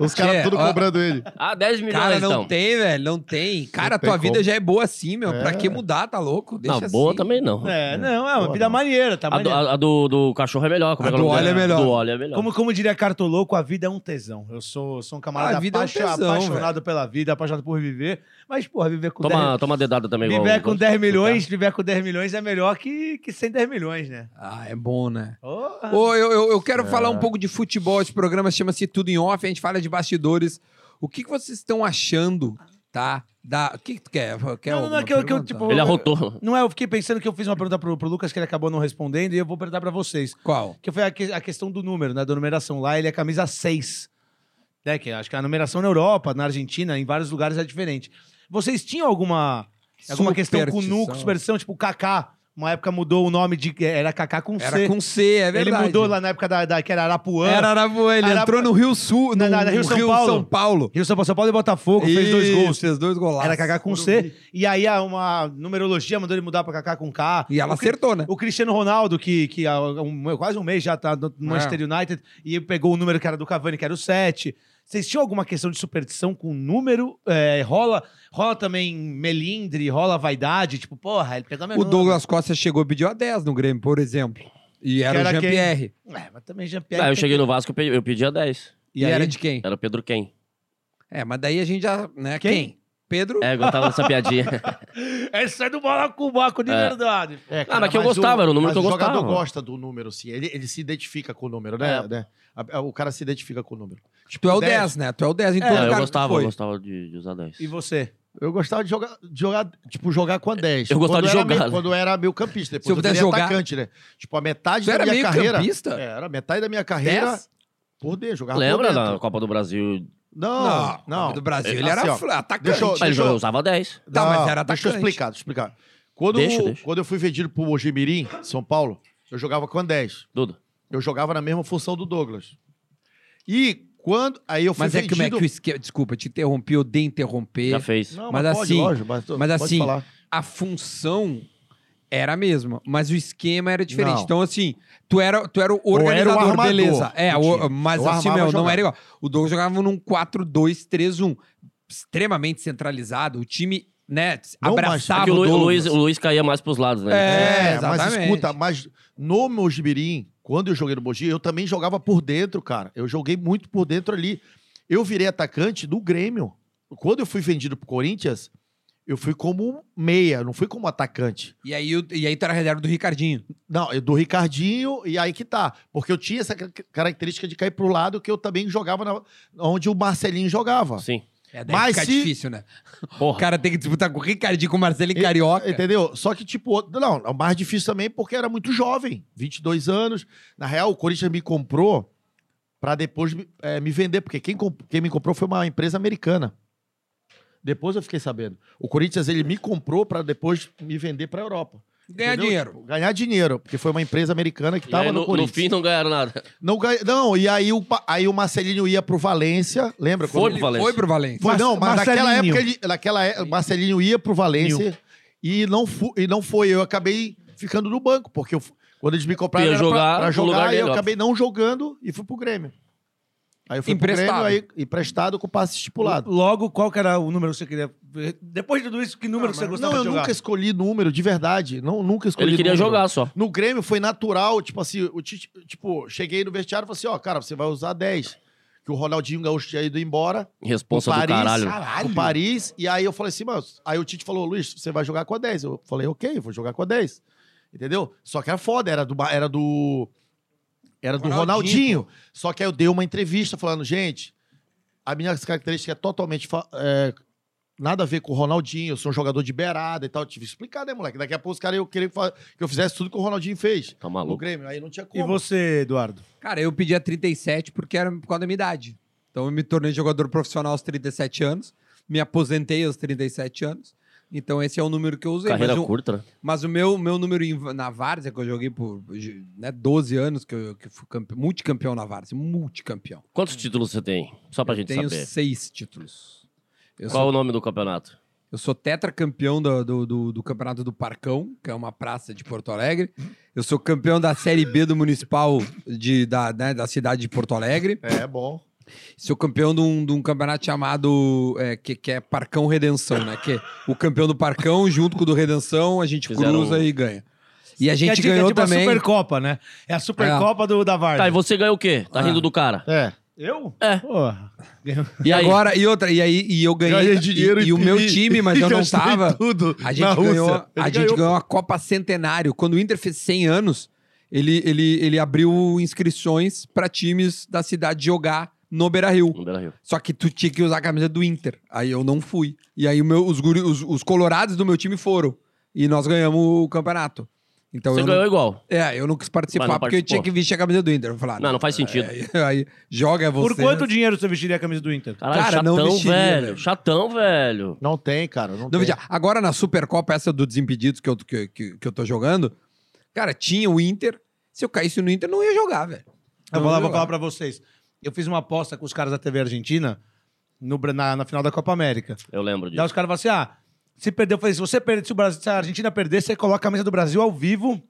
Speaker 4: Os caras
Speaker 1: Che,
Speaker 4: tudo
Speaker 1: ó.
Speaker 4: cobrando ele.
Speaker 3: Ah, 10 milhões,
Speaker 1: Cara, não
Speaker 3: então.
Speaker 1: tem, velho, não tem. Cara,
Speaker 4: Não tem
Speaker 1: tua vida
Speaker 4: como.
Speaker 1: já é boa assim, meu. Pra
Speaker 4: É.
Speaker 1: que mudar, tá louco? Deixa
Speaker 3: não, boa
Speaker 1: assim.
Speaker 3: também não.
Speaker 2: É, não, é uma
Speaker 4: Boa,
Speaker 2: vida
Speaker 4: não.
Speaker 2: maneira, tá
Speaker 3: a do,
Speaker 2: maneiro.
Speaker 3: a- a do- do cachorro é melhor.
Speaker 1: A
Speaker 3: Como é que
Speaker 1: do
Speaker 3: o nome
Speaker 1: óleo
Speaker 3: dela?
Speaker 1: é melhor.
Speaker 3: Do óleo é melhor.
Speaker 2: Como, como diria Cartoloco, a vida é um tesão. Eu sou, sou um camarada
Speaker 1: A vida é um
Speaker 2: apaixo-
Speaker 1: tesão,
Speaker 2: apaixonado pela vida, apaixonado por viver. Mas, porra, viver com
Speaker 3: Toma,
Speaker 2: 10
Speaker 3: toma dedada também. igual
Speaker 2: Viver
Speaker 3: o-
Speaker 2: com 10 milhões, viver com 10 milhões é melhor que, que sem 10 milhões, né?
Speaker 1: Ah, é bom, né?
Speaker 2: Porra.
Speaker 1: Ô, eu, eu, eu quero falar um pouco de futebol. Esse programa chama-se Tudo em Off, a gente fala de bastidores. O que, que vocês estão achando, tá? Da... O que, que tu quer? quer
Speaker 2: Não, não, não,
Speaker 1: alguma
Speaker 2: que eu- que eu,
Speaker 1: pergunta?
Speaker 2: tipo,
Speaker 3: Ele arrotou.
Speaker 2: Não é, eu fiquei pensando que eu fiz uma pergunta pro, pro Lucas que ele acabou não respondendo e eu vou perguntar pra vocês.
Speaker 1: Qual?
Speaker 2: Que foi a, que- a questão do número, né? Da numeração lá, ele é camisa 6. Né? Que acho que a numeração na Europa, na Argentina, em vários lugares é diferente. Vocês tinham alguma, alguma questão com
Speaker 1: Superstição.
Speaker 2: núcleo, superstição, tipo Kaká? Uma época mudou o nome de. Era Kaká com C.
Speaker 1: Era com C, é verdade.
Speaker 2: Ele mudou lá na época da, da- que era Arapuã.
Speaker 1: Era Arapuã, ele
Speaker 2: Arapuã.
Speaker 1: entrou no Rio Sul, no,
Speaker 2: Na- na- na
Speaker 1: Rio, São, Paulo.
Speaker 2: Rio São Paulo, São Paulo e Botafogo, fez dois
Speaker 1: Isso,
Speaker 2: gols.
Speaker 1: Fez dois golaços.
Speaker 2: Era Kaká com C. E aí a- uma numerologia mandou ele mudar pra Kaká com K.
Speaker 1: E ela
Speaker 2: O Cri-
Speaker 1: acertou, né?
Speaker 2: O Cristiano Ronaldo, que, que há um- quase um mês já tá no Manchester United, e pegou o número que era do Cavani, que era o 7. Vocês tinham alguma questão de superstição com número? É, rola, rola também melindre, rola vaidade, tipo, porra, ele pegou meu
Speaker 1: O
Speaker 2: número.
Speaker 1: Douglas Costa chegou e pediu a 10 no Grêmio, por exemplo. E era,
Speaker 2: Que era
Speaker 1: o Jean-Pierre.
Speaker 2: É, mas também já
Speaker 3: Ah, eu cheguei no Vasco, eu pedi, eu pedi a 10.
Speaker 1: E,
Speaker 2: aí?
Speaker 1: era de quem?
Speaker 3: Era o Pedro quem?
Speaker 1: É, mas daí a gente já. Né,
Speaker 2: Quem?
Speaker 1: quem? Pedro.
Speaker 3: É, eu gostava dessa piadinha.
Speaker 2: Essa é do bola com Baco de
Speaker 3: É.
Speaker 2: verdade.
Speaker 4: É,
Speaker 3: Ah, mas que eu gostava,
Speaker 4: o-
Speaker 3: era o número
Speaker 4: mas
Speaker 3: que eu
Speaker 4: O
Speaker 3: gostava.
Speaker 4: jogador gosta do número, sim. Ele, ele se identifica com o número, né?
Speaker 3: É.
Speaker 4: né? A- a- O cara se identifica com o número.
Speaker 1: tu é o 10,
Speaker 4: 10,
Speaker 1: né? Tu é o 10 em todo
Speaker 3: Ah, eu
Speaker 1: lugar que
Speaker 3: gostava, eu
Speaker 1: foi.
Speaker 3: gostava de, de usar 10.
Speaker 2: E você?
Speaker 4: Eu gostava de jogar, de jogar tipo, jogar com a 10.
Speaker 3: Eu gostava
Speaker 4: Quando
Speaker 3: de
Speaker 4: era
Speaker 3: jogar,
Speaker 4: meio-
Speaker 3: né?
Speaker 4: quando eu era meio campista. Depois
Speaker 1: Se eu
Speaker 4: eu,
Speaker 1: pudesse
Speaker 4: virei
Speaker 1: jogar-
Speaker 4: atacante, né? Tipo, a metade
Speaker 1: Tu
Speaker 4: da
Speaker 1: era
Speaker 4: minha
Speaker 1: meio
Speaker 4: carreira...
Speaker 1: campista?
Speaker 4: É, Era metade da minha carreira...
Speaker 1: 10?
Speaker 4: Por dentro, jogava
Speaker 3: Lembra
Speaker 4: por
Speaker 3: da
Speaker 4: dentro.
Speaker 3: Copa do Brasil?
Speaker 4: Não, não.
Speaker 1: Do Brasil, ele
Speaker 4: Assim,
Speaker 1: era
Speaker 4: ó,
Speaker 1: fl- atacante.
Speaker 4: deixa eu-
Speaker 3: Ah, ele
Speaker 4: deixa eu-
Speaker 3: jogou- usava 10.
Speaker 1: Tá, mas
Speaker 4: Não,
Speaker 1: era
Speaker 4: Deixa eu
Speaker 1: atacante.
Speaker 4: explicar, deixa eu explicar. Quando,
Speaker 3: Deixa, deixa.
Speaker 4: quando eu fui vendido pro Mojimirim, São Paulo, eu jogava com a 10.
Speaker 3: Duda.
Speaker 4: Eu jogava na mesma função do Douglas. E quando. Aí eu fui
Speaker 1: Mas é que como
Speaker 4: vendido...
Speaker 1: é que o esquema. Desculpa, te interrompi, eu dei interromper.
Speaker 3: Já fez.
Speaker 4: Não,
Speaker 1: Mas assim-
Speaker 4: mas,
Speaker 1: mas
Speaker 4: pode
Speaker 1: assim,
Speaker 4: falar.
Speaker 1: a função era a mesma, mas o esquema era diferente.
Speaker 4: Não.
Speaker 1: Então, assim, tu era, tu era o
Speaker 4: era o
Speaker 1: organizador,
Speaker 4: armador
Speaker 1: beleza. É,
Speaker 4: do
Speaker 1: o-
Speaker 4: time.
Speaker 1: mas
Speaker 4: Eu
Speaker 1: assim,
Speaker 4: armava
Speaker 1: meu,
Speaker 4: e
Speaker 1: não
Speaker 4: jogava.
Speaker 1: era igual. O Douglas jogava num 4-2-3-1, extremamente centralizado. O time, né,
Speaker 4: Não, mas-
Speaker 1: abraçava
Speaker 3: Porque o,
Speaker 1: o
Speaker 3: Lu- o Luiz,
Speaker 1: Douglas.
Speaker 3: o Luiz caía mais pros lados, né?
Speaker 1: É,
Speaker 4: É, mas
Speaker 1: exatamente.
Speaker 4: escuta, mas no Mojimirim, quando eu joguei no Mogi, eu também jogava por dentro, cara. Eu joguei muito por dentro ali. Eu virei atacante do Grêmio. Quando eu fui vendido pro Corinthians, eu fui como um meia, não fui como atacante.
Speaker 1: E aí, o- e aí tu era reserva do Ricardinho.
Speaker 4: Não, eu do Ricardinho, e aí que tá. Porque eu tinha essa ca- característica de cair pro lado que eu também jogava na- onde o Marcelinho jogava.
Speaker 3: Sim.
Speaker 1: É, daí
Speaker 4: Mas
Speaker 1: fica
Speaker 4: se-
Speaker 1: difícil, né? O
Speaker 3: Porra.
Speaker 1: cara tem que disputar com o Ricardinho, com o Marcelo e
Speaker 4: E-
Speaker 1: Carioca.
Speaker 4: Entendeu? Só que, tipo, outro- não, o mais difícil também porque era muito jovem, 22 anos. Na real, o Corinthians me comprou pra depois me- eh, me vender, porque quem, comp- quem me comprou foi uma empresa americana. Depois eu fiquei sabendo. O Corinthians, ele me comprou pra depois me vender pra Europa.
Speaker 1: Ganhar
Speaker 4: Entendeu?
Speaker 1: dinheiro.
Speaker 4: Tipo, ganhar dinheiro, porque foi uma empresa americana que
Speaker 3: E
Speaker 4: tava
Speaker 3: aí,
Speaker 4: no,
Speaker 3: no, no
Speaker 4: Corinthians.
Speaker 3: fim não ganharam nada.
Speaker 4: Não, ganha- não, e aí o, pa- aí o Marcelinho ia pro Valência, lembra?
Speaker 3: Foi
Speaker 4: quando-
Speaker 3: pro Valência.
Speaker 1: Foi pro Valência.
Speaker 4: Foi,
Speaker 2: Mas-
Speaker 4: não, mas naquela
Speaker 2: Marcelinho.
Speaker 4: época, ele, naquela é- o Marcelinho ia pro Valência e não, fu- e não foi. Eu acabei ficando no banco, porque eu fu- quando eles me compraram
Speaker 3: Ia
Speaker 4: era pra-
Speaker 3: jogar
Speaker 4: pra,
Speaker 3: no
Speaker 4: jogar,
Speaker 3: lugar
Speaker 4: e eu
Speaker 3: dele,
Speaker 4: acabei não jogando e fui pro Grêmio. Aí eu fui
Speaker 1: Emprestado.
Speaker 4: pro Grêmio, aí emprestado com passe estipulado.
Speaker 2: Logo, qual que era o número que você queria. Depois de tudo isso, que número que você gostava
Speaker 4: Não, eu
Speaker 2: de jogar?
Speaker 4: nunca escolhi número, de verdade. Não, nunca escolhi
Speaker 3: Ele queria
Speaker 4: número.
Speaker 3: jogar só.
Speaker 4: No Grêmio foi natural, tipo assim, o Tite- tipo, cheguei no vestiário e falei assim, ó, cara, você vai usar 10. que o Ronaldinho Gaúcho tinha ido embora.
Speaker 3: Responsa do caralho.
Speaker 4: O Paris. E aí eu falei assim, mano. Aí o Tite falou, Luiz, você vai jogar com a 10. Eu falei, ok, vou jogar com a 10. Entendeu? Só que era foda, era do. ba- Era do, era do
Speaker 6: Ronaldinho,
Speaker 4: Ronaldinho. Só que aí eu dei uma entrevista falando, gente, a minha característica é totalmente. fa- é, nada a ver com o Ronaldinho, eu sou um jogador de beirada e tal. Eu tive que explicar, né, moleque? Daqui a pouco os caras iam querer fa- que eu fizesse tudo que o Ronaldinho fez.
Speaker 3: Tá
Speaker 4: No
Speaker 3: maluco?
Speaker 4: Grêmio, aí não tinha como.
Speaker 2: E você, Eduardo?
Speaker 1: Cara, eu pedi a 37 porque era por causa da minha idade. Então eu me tornei jogador profissional aos 37 anos, me aposentei aos 37 anos. Então esse é o número que eu usei.
Speaker 3: Carreira
Speaker 1: mas, o-
Speaker 3: curta. né?
Speaker 1: mas o meu, meu número em- na Várzea, que eu joguei por né, 12 anos, que eu que fui campe- multicampeão na Várzea, multicampeão.
Speaker 3: Quantos títulos você tem? Só pra
Speaker 1: eu
Speaker 3: gente
Speaker 1: tenho
Speaker 3: saber.
Speaker 1: seis títulos. Eu
Speaker 3: Qual
Speaker 1: sou,
Speaker 3: o nome do campeonato?
Speaker 1: eu sou tetracampeão do, do, do- do Campeonato do Parcão, que é uma praça de Porto Alegre. Eu sou campeão da Série B do Municipal de, da, né, da cidade de Porto Alegre.
Speaker 4: É bom.
Speaker 1: Sou campeão de um, de um campeonato chamado. é, que, que é Parcão Redenção, né? Que é o campeão do Parcão, junto com o do Redenção, a gente
Speaker 3: Fizeram
Speaker 1: cruza
Speaker 3: um-
Speaker 1: e ganha. E a
Speaker 2: Que é
Speaker 1: gente
Speaker 2: tipo- é
Speaker 1: ganhou
Speaker 2: tipo
Speaker 1: também.
Speaker 2: a Supercopa, né? É a Supercopa do, da Varda.
Speaker 3: Tá, e você ganhou o quê? Tá
Speaker 1: Ah.
Speaker 3: rindo do cara.
Speaker 4: É.
Speaker 2: Eu?
Speaker 3: É.
Speaker 2: Porra.
Speaker 1: E agora, e outra, e aí, e eu ganhei.
Speaker 4: Ganhei dinheiro
Speaker 1: e, e o meu time, mas eu não
Speaker 4: gastei
Speaker 1: tava.
Speaker 4: Tudo
Speaker 1: A
Speaker 4: na
Speaker 1: gente,
Speaker 4: Rússia.
Speaker 1: ganhou,
Speaker 4: Ele
Speaker 1: a gente ganhou a Copa Centenário. Quando o Inter fez 100 anos, ele, ele, ele abriu inscrições para times da cidade jogar no Beira Rio.
Speaker 3: No Beira Rio.
Speaker 1: Só que tu tinha que usar a camisa do Inter. Aí eu não fui. E aí o meu- os, guri- os- os colorados do meu time foram. E nós ganhamos o campeonato. Então
Speaker 3: Você
Speaker 1: eu
Speaker 3: ganhou
Speaker 1: não,
Speaker 3: igual.
Speaker 1: É, eu não quis participar
Speaker 3: Mas não
Speaker 1: porque eu tinha
Speaker 3: participou.
Speaker 1: que vestir a camisa do Inter. Eu falar,
Speaker 3: Não, não faz sentido.
Speaker 1: é, aí joga você.
Speaker 2: Por quanto dinheiro você vestiria a camisa do Inter?
Speaker 3: Caralho,
Speaker 1: Cara, não né,
Speaker 3: chatão,
Speaker 1: mexeria,
Speaker 3: velho.
Speaker 1: velho.
Speaker 3: Chatão, velho.
Speaker 4: Não tem, cara. Não,
Speaker 1: Não,
Speaker 4: tem.
Speaker 1: veja, Agora na Supercopa, essa do Desimpedidos que eu, que, que, que eu tô jogando, cara, tinha o Inter. Se eu caísse no Inter, não ia jogar, velho.
Speaker 2: Eu
Speaker 1: Não
Speaker 2: vou,
Speaker 1: ia
Speaker 2: lá, vou
Speaker 1: jogar.
Speaker 2: falar pra vocês. Eu fiz uma aposta com os caras da TV Argentina no, Bra- na, na final da Copa América.
Speaker 3: Eu lembro
Speaker 2: Daí
Speaker 3: disso.
Speaker 2: os caras falaram assim: ah, se perder, eu falei, se você perder, se, o Brasil, se a Argentina perder, você coloca a camisa do Brasil ao vivo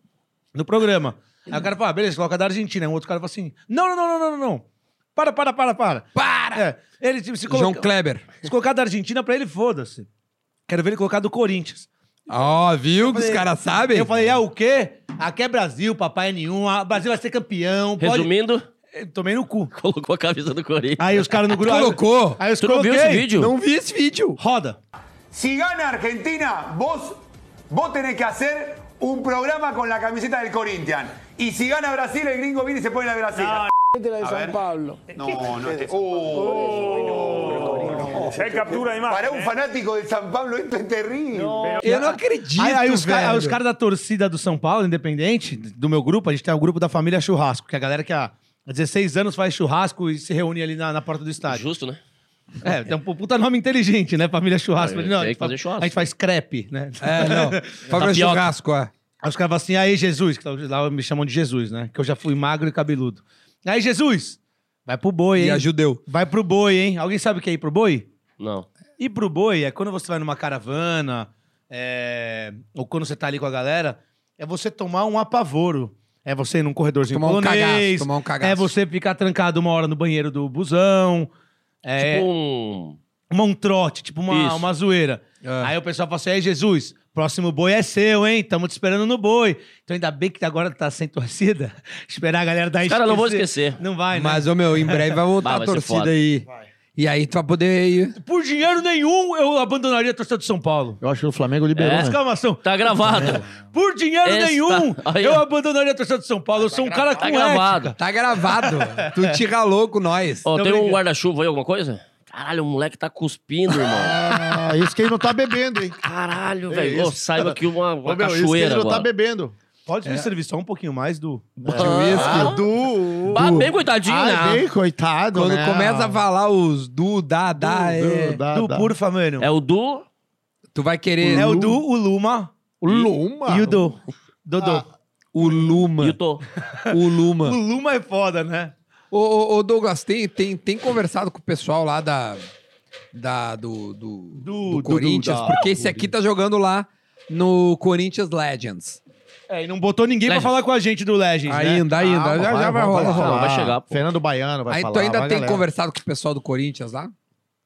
Speaker 2: no programa. Aí o cara falou: ah, beleza, coloca a da Argentina. Aí um outro cara falou assim: não, não, não, não, não, não, não. Para, para, para, para.
Speaker 1: Para!
Speaker 2: É, ele tipo, se
Speaker 1: João
Speaker 2: coloca,
Speaker 1: Kleber.
Speaker 2: se colocar da Argentina pra ele, foda-se. Quero ver ele colocar do Corinthians.
Speaker 1: Ó, viu que os
Speaker 2: falei-
Speaker 1: caras sabem?
Speaker 2: Eu falei, é o quê? Aqui é Brasil, papai é nenhum. ah, O Brasil vai ser campeão. pode-"
Speaker 3: Resumindo,
Speaker 2: Eu Tomei no cu.
Speaker 3: colocou a camisa do Corinthians. É
Speaker 2: Aí os caras no grupo...
Speaker 1: Ah, Colocou.
Speaker 2: Aí os
Speaker 3: Tu não viu esse
Speaker 2: coloquei.
Speaker 3: vídeo?
Speaker 1: Não vi esse vídeo.
Speaker 2: Roda.
Speaker 7: Si gana Argentina, vos, vos tenés que hacer un programa con la camiseta del Corinthians. Y si gana Brasil, el gringo viene y se pone la de Brasil. A ver. No, no, este-
Speaker 8: captura de
Speaker 7: Para un fanático de San Pablo esto es terrible.
Speaker 1: Eu não acredito,
Speaker 2: Aí, aí os
Speaker 1: velho.
Speaker 2: caras cara da torcida do São Paulo, independente, do meu grupo, a gente tem o grupo da família Churrasco, que é a galera que há 16 anos faz churrasco e se reúne ali na, na porta do estádio.
Speaker 3: Justo, né?
Speaker 2: É, tem um pu- puta nome inteligente, né? Família Churrasco.
Speaker 3: Ah,
Speaker 2: Não, a
Speaker 3: tem
Speaker 2: gente
Speaker 3: que fazer
Speaker 2: faz-
Speaker 3: churrasco.
Speaker 2: A gente faz crepe, né?
Speaker 1: É, não. Fabrício
Speaker 3: Tapioca.
Speaker 1: Churrasco, é.
Speaker 2: Aí os caras falam assim, aí Jesus, que tá- lá me chamam de Jesus, né? Que eu já fui magro e cabeludo. Aí Jesus, vai pro boi,
Speaker 1: E
Speaker 2: hein?
Speaker 1: a judeu.
Speaker 2: Vai pro boi, hein? Alguém sabe o que é ir pro boi?
Speaker 3: Não.
Speaker 2: Ir pro boi é quando você vai numa caravana, é, ou quando você tá ali com a galera, é você tomar um apavoro. É você ir num corredorzinho
Speaker 1: Tomar um
Speaker 2: polonês,
Speaker 1: cagaço, tomar um cagaço.
Speaker 2: é você ficar trancado uma hora no banheiro do busão, é
Speaker 3: Tipo um...
Speaker 2: uma- um trote, tipo uma,
Speaker 3: Isso. É.
Speaker 2: uma zoeira. Aí o pessoal fala assim, aí Jesus, próximo boi é seu, hein? Tamo te esperando no boi. Então ainda bem que agora tá sem torcida, esperar a galera dar
Speaker 3: Cara, não vou esquecer.
Speaker 2: Não vai, né?
Speaker 1: Mas, ô meu, em breve vai voltar
Speaker 3: Bah,
Speaker 1: a
Speaker 3: vai ser
Speaker 1: torcida
Speaker 3: foda.
Speaker 1: aí. E aí tu vai poder ir.
Speaker 2: Por dinheiro nenhum, eu abandonaria a torcida do São Paulo.
Speaker 4: Eu acho que o Flamengo liberou,
Speaker 3: É.
Speaker 4: né?
Speaker 2: Exclamação.
Speaker 3: Tá gravado.
Speaker 2: Por dinheiro
Speaker 3: Essa-
Speaker 2: nenhum,
Speaker 3: Aí,
Speaker 2: eu
Speaker 3: ó.
Speaker 2: abandonaria a torcida de São Paulo. Eu sou um cara com
Speaker 3: Tá gravado.
Speaker 2: ética.
Speaker 1: Tá gravado. tu te ralou com nós.
Speaker 3: Ó,
Speaker 2: Tô
Speaker 3: tem um
Speaker 2: brincando.
Speaker 3: guarda-chuva aí, alguma coisa? Caralho, o moleque tá cuspindo, irmão.
Speaker 4: Ah, isso que ele não tá bebendo, hein?
Speaker 3: Caralho,
Speaker 4: É
Speaker 3: velho.
Speaker 4: isso.
Speaker 3: Ô, saiba aqui uma, uma
Speaker 4: Ô, meu, isso que ele
Speaker 3: cachoeira
Speaker 4: não tá
Speaker 3: agora.
Speaker 4: bebendo.
Speaker 2: Pode me servir só um pouquinho mais do...
Speaker 4: Ah, do...
Speaker 3: Bah, Tá bem coitadinho,
Speaker 4: Ah,
Speaker 3: né?
Speaker 4: bem, coitado,
Speaker 1: Quando
Speaker 4: né?
Speaker 1: começa a falar os du, da, da, é,
Speaker 4: do, dá,
Speaker 2: do
Speaker 4: dá.
Speaker 2: Purfa, mano.
Speaker 3: É o do...
Speaker 1: tu vai querer
Speaker 2: É o do, o Luma
Speaker 4: O Luma.
Speaker 2: e o do... Dodô.
Speaker 1: o
Speaker 3: Ah. E o
Speaker 1: Luma.
Speaker 3: tô.
Speaker 1: O
Speaker 2: O
Speaker 1: Luma.
Speaker 2: Luma é foda, né?
Speaker 1: Ô, ô, ô, Douglas, tem, tem, tem conversado com o pessoal lá da, da do, do, do
Speaker 2: do-
Speaker 1: Corinthians?
Speaker 2: da-
Speaker 1: porque esse aqui tá jogando lá no Corinthians Legends.
Speaker 2: É, e não botou ninguém pra
Speaker 3: Legends.
Speaker 2: falar com a gente do Legends, né?
Speaker 1: Ainda, ainda.
Speaker 4: Ah,
Speaker 1: já, já vai rolar.
Speaker 3: rolar. Vai chegar, pô.
Speaker 4: Fernando Baiano vai
Speaker 1: Aí tu
Speaker 4: falar.
Speaker 1: ainda
Speaker 4: vai
Speaker 1: tem
Speaker 4: galera.
Speaker 1: conversado com o pessoal do Corinthians lá?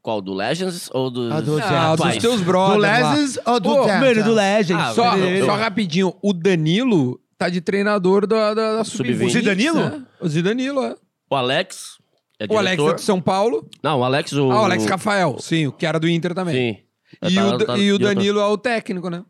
Speaker 3: Qual? Do Legends ou do...
Speaker 4: Ah, do-
Speaker 1: Ah, dos
Speaker 3: Rapaz.
Speaker 1: teus brothers lá.
Speaker 4: ou do
Speaker 1: Ô,
Speaker 4: Texas?
Speaker 2: Mano, do Legends.
Speaker 3: Ah,
Speaker 1: Só,
Speaker 3: Eu-
Speaker 1: só rapidinho, o Danilo tá de treinador da, da, da Sub-20.
Speaker 3: Sub-vinte.
Speaker 2: O Zidanilo?
Speaker 1: né? O Zidanilo, é.
Speaker 3: O Alex. é
Speaker 1: O Alex é
Speaker 3: diretor.
Speaker 1: de São Paulo.
Speaker 3: Não, o Alex... O...
Speaker 1: Ah, o Alex Rafael, sim, o que era do Inter também.
Speaker 3: Sim.
Speaker 1: E,
Speaker 3: Tá-
Speaker 1: o, Da-
Speaker 3: tá-
Speaker 1: e o
Speaker 3: diretor.
Speaker 1: Danilo é o técnico, né?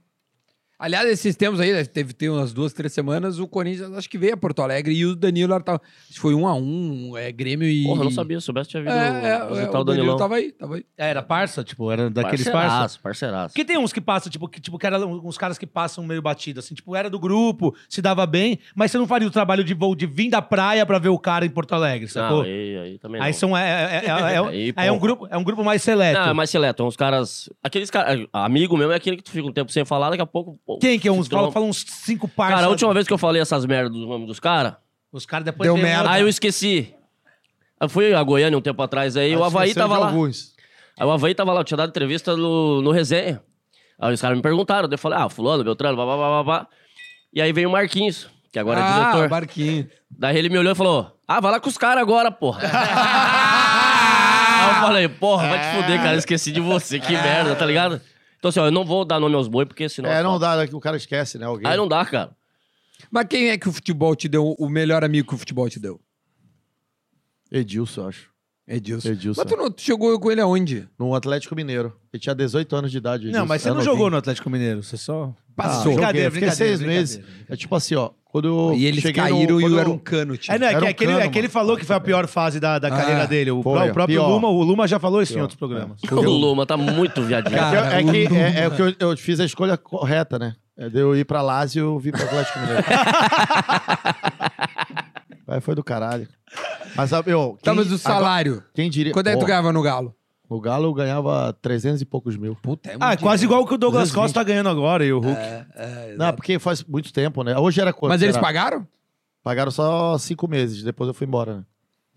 Speaker 1: Aliás, esses tempos aí, né, teve, teve umas duas, três semanas, o Corinthians acho que veio a Porto Alegre e o Danilo era, tava, acho que foi um a um, é, Grêmio e...
Speaker 3: Porra, eu não sabia. Se soubesse, tinha
Speaker 1: É,
Speaker 3: vindo
Speaker 1: é, é,
Speaker 3: visitar
Speaker 1: o
Speaker 3: o Danilão.
Speaker 1: Danilo tava aí, tava aí.
Speaker 2: É, Era parça, tipo, era daqueles parça.
Speaker 3: Parceiraço, parceiraço.
Speaker 2: Porque tem uns que passam, tipo, que, tipo, que era uns caras que passam meio batido, assim, tipo, era do grupo, se dava bem, mas você não faria o trabalho de voo de vir da praia pra ver o cara em Porto Alegre,
Speaker 3: Não,
Speaker 2: sacou?
Speaker 3: aí, aí também
Speaker 2: aí
Speaker 3: não.
Speaker 2: são. É, é, é- é-
Speaker 3: Aí,
Speaker 2: aí é um
Speaker 3: pô.
Speaker 2: grupo, é um grupo mais seleto.
Speaker 3: Não, é mais seleto. Uns caras... Aqueles caras... Amigo mesmo é aquele que tu fica um tempo sem falar, daqui a pouco... pô,
Speaker 2: Quem que é uns?
Speaker 3: se tromba.
Speaker 2: Fala, fala uns cinco parça.
Speaker 3: Cara, a última vez que eu falei essas merdas dos nomes dos caras,
Speaker 2: Os caras depois.
Speaker 4: Deu
Speaker 2: vem
Speaker 4: merda.
Speaker 2: outro.
Speaker 3: aí eu esqueci. Eu fui a Goiânia um tempo atrás aí, o Havaí
Speaker 4: Esqueceu
Speaker 3: tava
Speaker 4: de
Speaker 3: lá.
Speaker 4: Alguns.
Speaker 3: Aí o Havaí tava lá, eu tinha dado entrevista no, no resenha. Aí os caras me perguntaram, daí eu falei, ah, fulano, Beltrano, blá, blá, blá, blá, blá. E aí veio o Marquinhos, que agora é
Speaker 1: ah,
Speaker 3: diretor.
Speaker 1: Barquinho.
Speaker 3: Daí ele me olhou e falou, ah, vai lá com os caras agora, porra. aí eu falei, porra, vai te fuder, cara, esqueci de você, que merda, tá ligado? Então assim, ó, eu não vou dar nome aos boi, porque senão...
Speaker 4: É, não dá, o cara esquece, né? Alguém.
Speaker 3: Aí não dá, cara.
Speaker 1: Mas quem é que o futebol te deu, o melhor amigo que o futebol te deu?
Speaker 4: Edilson, eu acho.
Speaker 1: Edilson.
Speaker 4: Edilson.
Speaker 1: É Mas tu, não, tu chegou com ele aonde?
Speaker 4: No Atlético Mineiro. Ele tinha 18 anos de idade.
Speaker 2: Não,
Speaker 4: Edilson.
Speaker 2: mas você
Speaker 4: Era
Speaker 2: não jogou
Speaker 4: novinho. Ah,
Speaker 2: no Atlético Mineiro, você só.
Speaker 1: Passou.
Speaker 4: Joguei,
Speaker 2: Brincadeira,
Speaker 4: fiquei
Speaker 2: brincadeira,
Speaker 4: seis
Speaker 2: brincadeira,
Speaker 4: meses.
Speaker 2: brincadeira.
Speaker 4: É tipo assim, ó. Quando eu
Speaker 1: e eles
Speaker 4: cheguei no-
Speaker 1: caíram e
Speaker 4: quando
Speaker 1: eu
Speaker 4: eu-
Speaker 1: era um cano, tio.
Speaker 2: É, não, é,
Speaker 4: Era
Speaker 2: que,
Speaker 4: um
Speaker 2: é que ele,
Speaker 4: cano,
Speaker 2: é que ele
Speaker 4: mano.
Speaker 2: falou que foi a pior fase da, da
Speaker 1: Ah,
Speaker 2: carreira dele. O,
Speaker 4: foi,
Speaker 2: pró- o próprio
Speaker 4: é pior.
Speaker 2: Luma, o Luma já falou isso em outros programas.
Speaker 3: O Luma tá muito viadinho.
Speaker 1: Cara, um
Speaker 4: É que, é que, é, é o que eu, eu fiz a escolha correta, né? É de eu ir pra Lazio e eu vim pro Atlético Mineiro. Aí foi do caralho. Mas, sabe, eu...
Speaker 1: Tá,
Speaker 4: quem-
Speaker 1: mas o salário.
Speaker 4: agora- quem diria...
Speaker 1: Quanto é que tu
Speaker 4: Pô,
Speaker 1: ganhava no Galo?
Speaker 4: O Galo eu ganhava 300 e poucos mil.
Speaker 1: Puta, é muito
Speaker 2: Ah, é quase igual o que o Douglas
Speaker 4: 220.
Speaker 2: Costa tá ganhando agora e o Hulk.
Speaker 4: É. Não, porque faz muito tempo, né? Hoje era quanto?
Speaker 1: Mas eles
Speaker 4: Era-
Speaker 1: pagaram?
Speaker 4: pagaram só cinco meses, depois eu fui embora, né?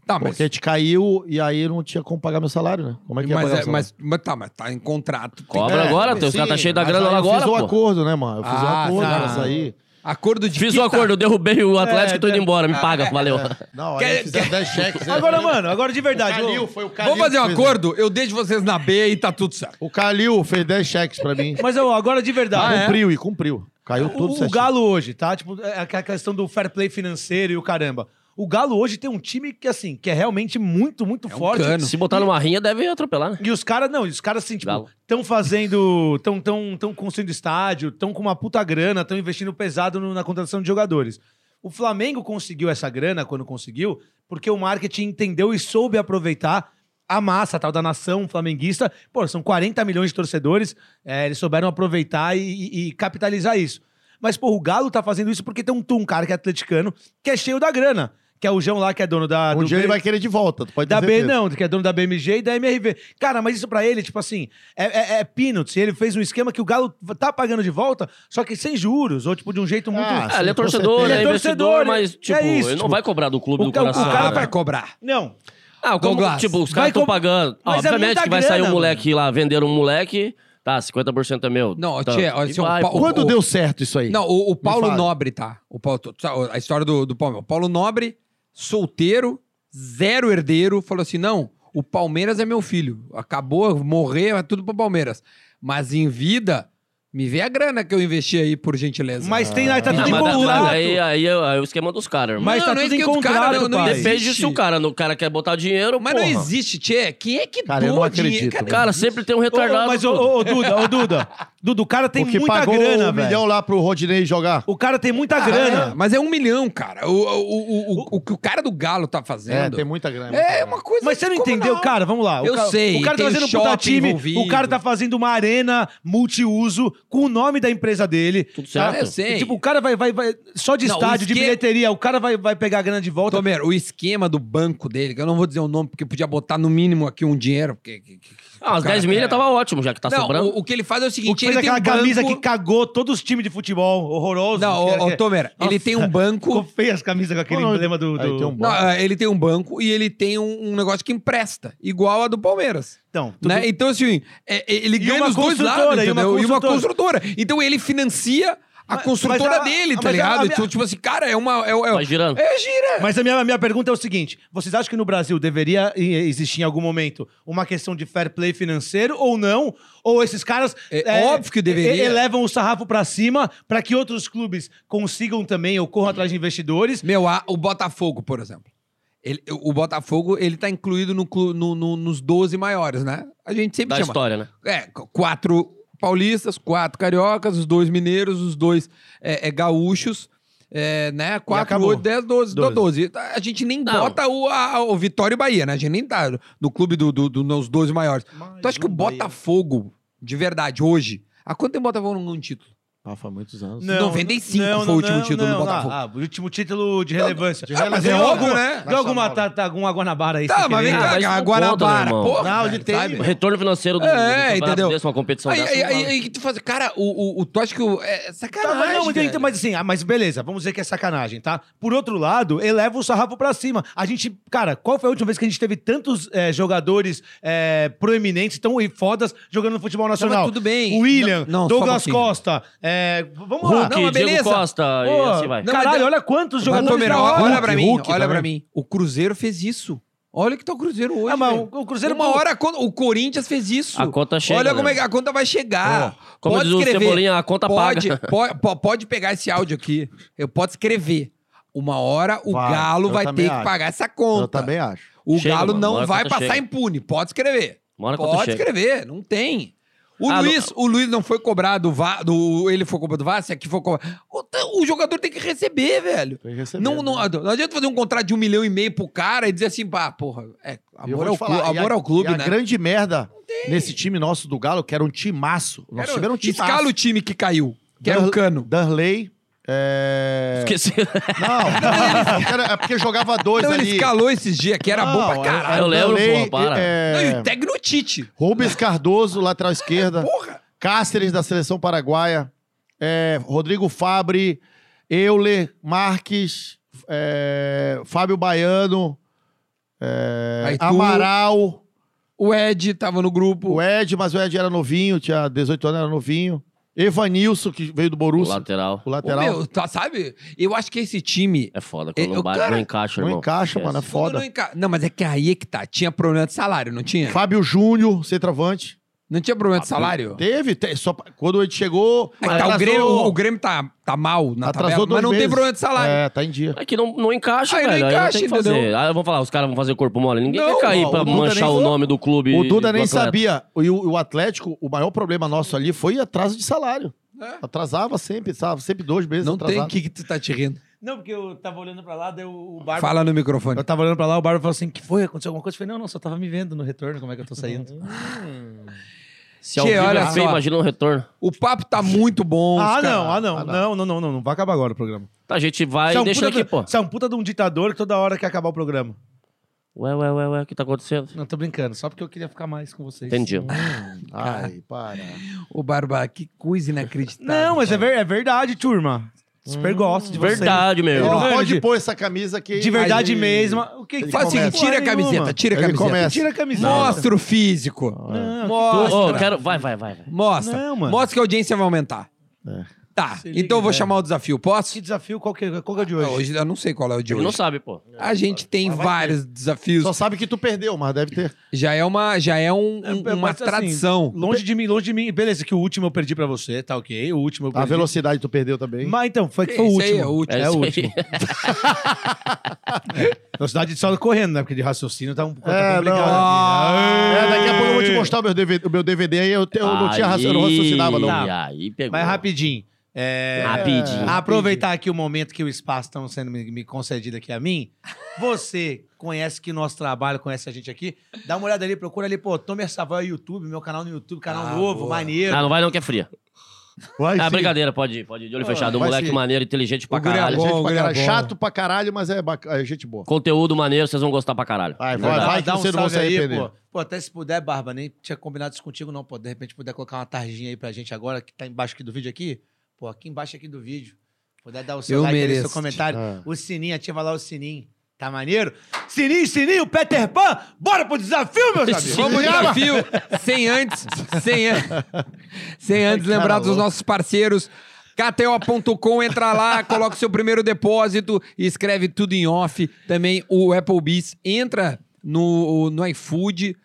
Speaker 1: Tá, mas...
Speaker 4: Porque a gente caiu e aí não tinha como pagar meu salário, né? Como é que ia
Speaker 1: mas,
Speaker 4: pagar
Speaker 1: é-
Speaker 4: meu salário?
Speaker 1: mas, mas tá, mas tá em contrato. Tem-
Speaker 3: Cobra
Speaker 1: É,
Speaker 3: agora, teu, os
Speaker 4: Sim,
Speaker 3: caras tá cheio da
Speaker 4: mas
Speaker 3: grana
Speaker 4: aí
Speaker 3: lá
Speaker 4: Eu
Speaker 3: agora,
Speaker 4: fiz um
Speaker 3: pô.
Speaker 4: acordo, né, mano? Eu fiz
Speaker 1: Ah,
Speaker 4: um acordo
Speaker 1: tá.
Speaker 4: isso aí.
Speaker 1: Acordo de
Speaker 3: Fiz
Speaker 1: quita.
Speaker 3: o acordo, eu derrubei o Atlético,
Speaker 2: É,
Speaker 3: tô indo
Speaker 2: é.
Speaker 3: embora, me paga, valeu.
Speaker 4: Não, aí
Speaker 1: Quer-
Speaker 4: eu fiz 10 cheques. né?
Speaker 2: Agora, mano, agora de
Speaker 4: O
Speaker 2: verdade.
Speaker 4: Calil,
Speaker 2: ô,
Speaker 4: foi o Calil.
Speaker 1: Vamos fazer um
Speaker 4: que fez-
Speaker 1: acordo? Eu deixo vocês na B e tá tudo certo.
Speaker 4: O Calil fez 10 cheques pra mim.
Speaker 2: Mas ô, agora de verdade.
Speaker 4: Cumpriu e cumpriu. Ah, é? Caiu
Speaker 2: O-
Speaker 4: tudo
Speaker 2: o,
Speaker 4: certinho.
Speaker 2: Galo hoje, tá? Tipo, é a questão do fair play financeiro e o caramba. O Galo hoje tem um time que, assim, que é realmente muito, muito
Speaker 4: É
Speaker 1: um
Speaker 2: forte.
Speaker 1: cano.
Speaker 3: Se botar numa rinha, deve atropelar, né?
Speaker 2: E os caras, não, os caras, assim, tipo,
Speaker 3: Galo.
Speaker 2: estão fazendo. estão tão, tão construindo estádio, estão com uma puta grana, estão investindo pesado no- na contratação de jogadores. O Flamengo conseguiu essa grana quando conseguiu, porque o marketing entendeu e soube aproveitar a massa, a tal da nação flamenguista. Pô, são 40 milhões de torcedores, é, eles souberam aproveitar e, e- e capitalizar isso. Mas, pô, o Galo tá fazendo isso porque tem um, um cara que é atleticano, que é cheio da grana. Que é o João lá, que é dono da.
Speaker 4: Um
Speaker 2: do
Speaker 4: dia ele
Speaker 2: Grêmio.
Speaker 4: vai querer de volta, tu pode ter
Speaker 2: Da B,
Speaker 4: certeza.
Speaker 2: não, que é dono da BMG e da MRV. Cara, mas isso pra ele, tipo assim, é, é, é peanuts. E ele fez um esquema que o Galo tá pagando de volta, só que sem juros, ou tipo, de um jeito muito.
Speaker 4: Ah,
Speaker 3: Ah, ele é
Speaker 4: Sim, com
Speaker 3: torcedor,
Speaker 2: certeza.
Speaker 3: né?
Speaker 2: Ele é torcedor,
Speaker 3: investidor,
Speaker 2: ele-
Speaker 3: mas,
Speaker 2: é
Speaker 3: tipo,
Speaker 2: isso,
Speaker 3: ele não
Speaker 2: tipo,
Speaker 3: vai cobrar do clube
Speaker 2: o
Speaker 3: do
Speaker 2: ca- o
Speaker 3: coração.
Speaker 1: Ah,
Speaker 2: cara
Speaker 3: né?
Speaker 1: vai cobrar.
Speaker 2: Não.
Speaker 3: Ah, como,
Speaker 1: Douglas,
Speaker 3: tipo, os
Speaker 2: vai
Speaker 3: caras estão
Speaker 2: co-
Speaker 3: pagando. Ah,
Speaker 2: Mas é
Speaker 3: Obviamente
Speaker 2: muita
Speaker 3: que vai sair um
Speaker 2: grana,
Speaker 3: moleque lá, venderam um moleque, tá, 50% é meu.
Speaker 1: Não,
Speaker 3: tá,
Speaker 1: tchê, ó,
Speaker 3: e
Speaker 1: se o
Speaker 3: vai,
Speaker 1: pau-
Speaker 3: pô.
Speaker 4: Quando
Speaker 1: O-
Speaker 4: deu certo isso aí?
Speaker 1: Não, o, o Paulo
Speaker 4: fala.
Speaker 1: Nobre, tá? O Paulo, tu sabe a história do, do Palmeiras. O Paulo Nobre, solteiro, zero herdeiro, falou assim: não, o Palmeiras é meu filho. Acabou, morrer, é tudo pro Palmeiras. Mas em vida, me vê a grana que eu investi aí, por gentileza.
Speaker 2: Mas tem aí, tá
Speaker 3: Não,
Speaker 2: tudo em
Speaker 3: Ah, mas dá-
Speaker 2: contrato.
Speaker 3: Aí, aí, é- aí é o esquema dos caras, irmão.
Speaker 2: Mas
Speaker 1: Não,
Speaker 2: tá
Speaker 1: não é
Speaker 2: tudo em
Speaker 1: esquema dos caras,
Speaker 2: contrato,
Speaker 1: não- não
Speaker 2: pai.
Speaker 1: existe.
Speaker 3: Depende se o cara, o cara quer botar dinheiro,
Speaker 1: Mas
Speaker 3: porra.
Speaker 1: não existe, Tchê. Quem é que
Speaker 4: Cara, eu
Speaker 1: doa
Speaker 4: não acredito,
Speaker 1: dinheiro? é
Speaker 4: velho.
Speaker 3: Cara, sempre tem um
Speaker 2: Ô, ô,
Speaker 3: retardado.
Speaker 2: mas, ô,
Speaker 3: pô.
Speaker 2: ô, ô, Duda, ô, Duda. Duda, o cara tem
Speaker 4: Porque
Speaker 2: muita
Speaker 4: pagou
Speaker 2: grana,
Speaker 4: um
Speaker 2: velho.
Speaker 4: milhão Ah, lá pro Rodinei jogar.
Speaker 2: O cara tem muita grana.
Speaker 1: Mas é um milhão, cara. O, o, o, o, o que o cara do Galo tá
Speaker 4: É,
Speaker 1: fazendo
Speaker 4: tem muita grana.
Speaker 1: é uma coisa.
Speaker 2: Mas você não
Speaker 1: como
Speaker 2: entendeu, cara? Vamos lá. O
Speaker 1: Eu
Speaker 2: ca-
Speaker 1: sei,
Speaker 2: O cara tá
Speaker 1: tem
Speaker 2: fazendo um puta
Speaker 1: shopping
Speaker 2: time, o
Speaker 1: envolvido.
Speaker 2: cara tá fazendo uma arena multiuso com o nome da empresa dele.
Speaker 3: Tudo certo.
Speaker 1: Ah, eu sei.
Speaker 2: E, tipo, o cara vai, vai, vai só de
Speaker 1: Não,
Speaker 2: estádio,
Speaker 1: o
Speaker 2: de
Speaker 1: esque-
Speaker 2: bilheteria, o cara vai, vai pegar a grana de volta.
Speaker 1: Tomer, o esquema do banco dele, que eu não vou dizer o nome, porque podia botar no mínimo aqui um dinheiro. Porque, que- que-
Speaker 3: Ah, as
Speaker 1: o cara
Speaker 3: 10 milhas
Speaker 1: quer.
Speaker 3: tava ótimo, já que tá
Speaker 1: não,
Speaker 3: sobrando.
Speaker 1: o, o que ele faz é o seguinte:
Speaker 2: o que
Speaker 1: ele
Speaker 2: fez
Speaker 1: tem
Speaker 2: aquela
Speaker 1: um
Speaker 2: camisa
Speaker 1: banco...
Speaker 2: que cagou todos os times de futebol, horroroso.
Speaker 1: Não,
Speaker 2: que-
Speaker 1: ô, ô,
Speaker 2: que-
Speaker 1: Tomer, ele tem um
Speaker 2: Ficou
Speaker 1: banco.
Speaker 2: feia as camisas com aquele
Speaker 4: Não, não,
Speaker 2: emblema do...
Speaker 4: aí
Speaker 2: do-
Speaker 4: tem um-
Speaker 1: Não, ah, ele tem um banco e ele tem um, um negócio que empresta, igual a do Palmeiras.
Speaker 2: Então, tudo-
Speaker 1: Né? Então, assim, é- é- ele
Speaker 2: E
Speaker 1: ganha
Speaker 2: uma
Speaker 1: dos dois lados,
Speaker 2: construtora, e uma
Speaker 1: entendeu? E uma
Speaker 2: construtora.
Speaker 1: construtora. Então ele financia a
Speaker 2: Mas-
Speaker 1: construtora
Speaker 2: mas a-
Speaker 1: dele, tá
Speaker 2: mas a-
Speaker 1: ligado?
Speaker 2: a minha-
Speaker 1: Então, Tipo assim, cara, é uma. É, é,
Speaker 3: Vai girando.
Speaker 1: É gira.
Speaker 2: Mas a minha, a minha pergunta é o seguinte: vocês acham que no Brasil deveria e- existir em algum momento uma questão de fair play financeiro ou não? Ou esses caras
Speaker 1: É óbvio que deveria.
Speaker 2: e- elevam o sarrafo pra cima pra que outros clubes consigam também ou corram atrás de investidores?
Speaker 1: Meu, a- o Botafogo, por exemplo. Ele- o Botafogo, ele tá incluído no clu- no- no- nos 12 maiores, né? A gente sempre
Speaker 3: Da
Speaker 1: chama.
Speaker 3: história, né?
Speaker 1: É, qu- quatro paulistas, quatro cariocas, os dois mineiros, os dois é, é, gaúchos, é, né? Quatro,
Speaker 2: acabou.
Speaker 1: oito, dez, doze, dá
Speaker 2: Doze.
Speaker 1: doze. Então, A gente nem
Speaker 3: Não.
Speaker 1: bota o, a- o Vitória e o Bahia, né? A gente nem tá no clube dos do, do, nos 12 maiores. tu acha que o Botafogo, de verdade, hoje, há quanto tempo o Botafogo não ganhou um título?
Speaker 4: Ah, faz muitos anos.
Speaker 1: 95 foi o último título do Botafogo.
Speaker 2: Ah, ah, o último título de relevância.
Speaker 1: mas
Speaker 2: Mas
Speaker 1: é
Speaker 2: ganhou
Speaker 1: óbvio,
Speaker 2: algum-
Speaker 1: né?
Speaker 2: Ganhou alguma, tá, tá, alguma Guanabara aí.
Speaker 1: Tá,
Speaker 2: sem
Speaker 1: mas vem
Speaker 2: querer?
Speaker 3: Ah,
Speaker 1: cá,
Speaker 3: mas isso
Speaker 1: a
Speaker 3: não conta,
Speaker 1: Guanabara,
Speaker 3: meu irmão.
Speaker 1: porra.
Speaker 4: Não,
Speaker 1: velho,
Speaker 4: ele tem.
Speaker 1: sabe?
Speaker 3: O retorno financeiro do,
Speaker 1: É,
Speaker 3: do né? campeonato
Speaker 1: entendeu?
Speaker 3: desse, uma competição
Speaker 1: Aí,
Speaker 3: dessa,
Speaker 1: aí,
Speaker 3: não
Speaker 1: aí,
Speaker 3: vale.
Speaker 1: aí que tu faz, cara, o, o, o- tu acha que o, é
Speaker 2: Tá,
Speaker 1: sacanagem,
Speaker 2: mas não,
Speaker 1: velho.
Speaker 2: então, mas assim, ah, mas beleza, vamos dizer que é sacanagem, tá? Por outro lado, eleva o sarrafo pra cima. A gente, cara, qual foi a última vez que a gente teve tantos eh, jogadores eh, proeminentes, tão e fodas, jogando no futebol nacional?
Speaker 1: tudo bem.
Speaker 2: William,
Speaker 1: Não, não, só um
Speaker 2: Douglas
Speaker 1: pouquinho.
Speaker 2: Costa, eh, vamos lá.
Speaker 3: Hulk,
Speaker 1: Não, mas beleza.
Speaker 3: Diego Costa
Speaker 2: Pô,
Speaker 3: e assim vai.
Speaker 1: Não, mas
Speaker 2: caralho,
Speaker 1: deu-
Speaker 2: olha quantos
Speaker 1: Mas,
Speaker 2: jogadores
Speaker 1: Tomera,
Speaker 2: da hora.
Speaker 1: olha pra mim,
Speaker 4: Hulk
Speaker 1: olha pra
Speaker 4: também.
Speaker 1: mim. tá O Cruzeiro fez isso. Olha o que tá o Cruzeiro hoje.
Speaker 2: Ah, mas
Speaker 1: velho.
Speaker 2: o- o Cruzeiro-
Speaker 1: Uma hora a conta- o Corinthians fez isso.
Speaker 3: A conta chega,
Speaker 1: Olha como
Speaker 3: né?
Speaker 1: é que a conta vai chegar.
Speaker 3: Ó, como diz o Cebolinha, a conta
Speaker 1: pode,
Speaker 3: paga.
Speaker 1: po- po- pode pegar esse áudio aqui. Eu posso escrever. Uma hora o
Speaker 4: Vai,
Speaker 1: Galo
Speaker 4: eu
Speaker 1: vai
Speaker 4: também
Speaker 1: ter que
Speaker 4: acho.
Speaker 1: pagar essa
Speaker 4: Eu
Speaker 1: conta.
Speaker 4: também acho.
Speaker 1: O
Speaker 3: Chega,
Speaker 1: Galo
Speaker 3: mano, uma
Speaker 1: não
Speaker 3: hora a
Speaker 1: vai
Speaker 3: conta
Speaker 1: passar
Speaker 3: chega.
Speaker 1: impune. Pode escrever.
Speaker 3: Uma hora a conta
Speaker 1: Pode
Speaker 3: chega.
Speaker 1: escrever, não tem. O,
Speaker 3: Ah,
Speaker 1: Luiz, o Luiz não foi cobrado, do, ele foi cobrado do VAR, se aqui foi cobrado. O, o jogador tem que receber, velho.
Speaker 4: Tem que receber,
Speaker 1: não, não,
Speaker 4: né?
Speaker 1: não adianta fazer um contrato de um milhão e meio pro cara e dizer assim, pá, porra, é,
Speaker 4: E eu
Speaker 1: amor,
Speaker 4: vou
Speaker 1: ao,
Speaker 4: te falar,
Speaker 1: clu-
Speaker 4: e
Speaker 1: amor
Speaker 4: a,
Speaker 1: ao clube,
Speaker 4: e a
Speaker 1: né?
Speaker 4: grande merda nesse time nosso do Galo, que era um timaço. Nós
Speaker 1: Quero-
Speaker 4: tivemos um timaço.
Speaker 1: escala o time que caiu, que era o
Speaker 4: Dan-
Speaker 1: Cano.
Speaker 4: Darley. É...
Speaker 3: Esqueci.
Speaker 4: Não, não, era- é porque jogava dois
Speaker 1: Então
Speaker 4: ali.
Speaker 1: ele escalou esses dias, que era
Speaker 4: Não,
Speaker 1: Tá bom pra
Speaker 4: era-
Speaker 1: caralho.
Speaker 4: era
Speaker 3: Eu lembro,
Speaker 4: Darley,
Speaker 3: porra, para.
Speaker 1: Não,
Speaker 4: é,
Speaker 1: E o Tegno Tite.
Speaker 4: Rubens Cardoso, lateral esquerda.
Speaker 1: Porra!
Speaker 4: Cáceres, da seleção paraguaia. é, Rodrigo Fabre. Euler, Marques. é, Fábio Baiano. é,
Speaker 1: Aí tu-
Speaker 4: Amaral.
Speaker 1: O Ed tava no grupo.
Speaker 4: O Ed, mas o Ed era novinho, tinha 18 anos, era novinho. Evanilson, que veio do
Speaker 3: O
Speaker 4: Borussia.
Speaker 3: lateral.
Speaker 4: O
Speaker 1: Ô,
Speaker 4: lateral.
Speaker 1: meu, tá- sabe? Eu acho que esse time,
Speaker 3: É foda, quando
Speaker 1: Eu-
Speaker 3: não bate,
Speaker 1: cara,
Speaker 3: não encaixa,
Speaker 4: não
Speaker 3: irmão.
Speaker 4: encaixa,
Speaker 3: Esquece.
Speaker 4: mano. É
Speaker 1: Quando
Speaker 4: foda.
Speaker 1: Não, enca- não, mas é que aí é que tá. Tinha problema de salário, não tinha?
Speaker 4: Fábio Júnior, centroavante.
Speaker 1: Não tinha problema de salário?
Speaker 4: Teve, te- só pra- quando ele chegou.
Speaker 1: Aí tá, o
Speaker 4: atrasou-
Speaker 1: Grêmio, o Grêmio tá, tá mal na tabela, mas
Speaker 4: atrasou dois
Speaker 1: não tem
Speaker 4: meses.
Speaker 1: problema de salário.
Speaker 4: É, tá em dia.
Speaker 3: É que não, não encaixa,
Speaker 1: Aí não
Speaker 3: velho.
Speaker 1: encaixa,
Speaker 3: aí não tem o que fazer.
Speaker 1: entendeu?
Speaker 3: Aí vão falar, os caras vão fazer corpo mole. Ninguém
Speaker 1: Não,
Speaker 3: quer cair
Speaker 1: ó,
Speaker 3: pra
Speaker 4: o Duda nem
Speaker 3: manchar o
Speaker 4: falou.
Speaker 3: nome do clube.
Speaker 4: O Duda
Speaker 3: do
Speaker 4: nem
Speaker 3: atleta.
Speaker 4: sabia. E o, o Atlético, o maior problema nosso ali foi atraso de salário.
Speaker 1: É.
Speaker 4: Atrasava sempre, sabe? Sempre dois meses
Speaker 1: não tem.
Speaker 4: atrasado.
Speaker 1: O que, que tu tá te rindo?
Speaker 2: Não, porque eu tava olhando pra lá, daí o o Barba...
Speaker 1: Fala no microfone.
Speaker 2: Eu tava olhando pra lá, o Barba falou assim, que foi? Aconteceu alguma coisa? Eu falei, não, não, só tava me vendo no retorno, como é que eu tô saindo.
Speaker 3: Se ao
Speaker 1: Tchê,
Speaker 3: vivo é
Speaker 1: olha
Speaker 3: feio,
Speaker 1: só.
Speaker 3: imagina um retorno.
Speaker 1: O papo tá muito bom.
Speaker 2: Ah
Speaker 1: cara.
Speaker 2: não, ah, não, ah, não, não, não, não, não, vai acabar agora o programa.
Speaker 3: Tá, a gente vai
Speaker 2: Você é um
Speaker 3: deixa
Speaker 2: puta
Speaker 3: aqui,
Speaker 2: do-
Speaker 3: pô.
Speaker 2: você é um puta de um ditador que toda hora quer acabar o programa.
Speaker 3: Ué, ué, ué, ué, o que tá acontecendo?
Speaker 2: Não, tô brincando, só porque eu queria ficar mais com vocês.
Speaker 3: Entendi.
Speaker 4: Ai, para.
Speaker 1: Ô, Barba, que coisa inacreditável.
Speaker 2: Não, mas é, ver- é verdade, turma.
Speaker 1: Hum,
Speaker 2: Super gosto de vocês.
Speaker 3: Verdade, meu.
Speaker 4: Ele não
Speaker 2: Ó,
Speaker 4: pode
Speaker 2: Andy,
Speaker 4: pôr essa camisa aqui.
Speaker 2: De verdade
Speaker 1: Aí-
Speaker 2: mesma. O que que
Speaker 1: Faz o seguinte, tira a
Speaker 2: Porra nenhuma.
Speaker 1: camiseta, tira a
Speaker 4: Ele
Speaker 1: camiseta.
Speaker 4: começa.
Speaker 2: Tira a camiseta.
Speaker 1: Mostra o físico.
Speaker 2: Não,
Speaker 1: Mostra.
Speaker 3: Ô, quero... Vai, vai, vai. vai.
Speaker 1: Mostra.
Speaker 2: Não, mano.
Speaker 1: Mostra que a audiência vai aumentar. Tá,
Speaker 2: Se liga,
Speaker 1: então eu vou
Speaker 3: né?
Speaker 2: velho.
Speaker 1: chamar o desafio.
Speaker 2: Que
Speaker 1: Posso?
Speaker 2: desafio, qual que é, qual que é o de
Speaker 1: Ah,
Speaker 2: hoje?
Speaker 1: Hoje eu não sei qual é o de
Speaker 3: Ele não
Speaker 1: hoje.
Speaker 3: sabe, pô.
Speaker 1: A gente tem vários desafios.
Speaker 4: Só sabe que tu perdeu, mas deve ter.
Speaker 1: Já é uma, já é um-
Speaker 2: É,
Speaker 1: um-
Speaker 2: é,
Speaker 1: uma
Speaker 2: mas, assim,
Speaker 1: tradição.
Speaker 2: longe de mim, longe de mim. Beleza, que o último eu perdi pra você, tá ok. O último eu perdi.
Speaker 4: A velocidade tu perdeu também.
Speaker 2: Mas então, foi,
Speaker 1: Que
Speaker 2: que foi o
Speaker 1: isso aí
Speaker 2: último.
Speaker 1: é o último.
Speaker 2: É o
Speaker 3: isso aí.
Speaker 2: último. Velocidade só correndo, né? Porque de raciocínio tá um pouco
Speaker 4: É,
Speaker 2: complicado.
Speaker 4: não.
Speaker 2: aqui. né?
Speaker 4: É, daqui a pouco eu vou te mostrar o meu DVD, o meu DVD aí eu, te- eu não tinha raci- eu não
Speaker 3: Aí-
Speaker 4: raciocinava, não.
Speaker 3: Aí pegou.
Speaker 2: Mas rapidinho. É,
Speaker 3: Rapidinho.
Speaker 2: Aproveitar aqui o momento que o espaço estão sendo me, me concedido aqui a mim. Você conhece que nosso trabalho, conhece a gente aqui, dá uma olhada ali, procura ali, pô, Tomer Savoy YouTube, meu canal no YouTube, canal
Speaker 1: Ah,
Speaker 2: novo,
Speaker 1: boa.
Speaker 2: maneiro.
Speaker 3: Ah, não vai não que é fria.
Speaker 4: Vai
Speaker 3: Ah,
Speaker 4: sim.
Speaker 3: brincadeira, pode ir, pode ir. De olho fechado. Um
Speaker 4: vai
Speaker 3: moleque
Speaker 4: sim.
Speaker 3: maneiro, inteligente pra
Speaker 1: O Guilherme
Speaker 4: É
Speaker 3: caralho.
Speaker 4: gente
Speaker 1: Bom,
Speaker 4: pra caralho.
Speaker 1: bom.
Speaker 4: Chato pra caralho, mas é, bacana, é gente boa.
Speaker 3: Conteúdo maneiro, vocês vão gostar pra caralho.
Speaker 4: Vai,
Speaker 3: é
Speaker 2: Dá-
Speaker 4: vai, vai que
Speaker 2: dá um
Speaker 4: você não vai se
Speaker 2: salve aí,
Speaker 4: arrepender.
Speaker 2: pô. Pô, até se puder, Barba, nem tinha combinado isso contigo, não, pô. De repente puder colocar uma tarjinha aí pra gente agora, que tá embaixo aqui do vídeo aqui. Pô, aqui embaixo aqui do vídeo. Puder dar o seu
Speaker 1: Eu
Speaker 2: like ali,
Speaker 1: mereço.
Speaker 2: seu comentário.
Speaker 4: É.
Speaker 2: O sininho, ativa lá o sininho. Tá maneiro? Sininho, sininho, Peter Pan, bora pro desafio, meus amigos!
Speaker 1: Vamos de
Speaker 4: Chama!
Speaker 1: desafio, sem antes, sem, an- sem antes
Speaker 4: Cara
Speaker 1: lembrar dos
Speaker 4: louco.
Speaker 1: nossos parceiros. KTO.com, entra lá, coloca o seu primeiro depósito e escreve tudo em off. Também o Applebee's entra no, no iFood,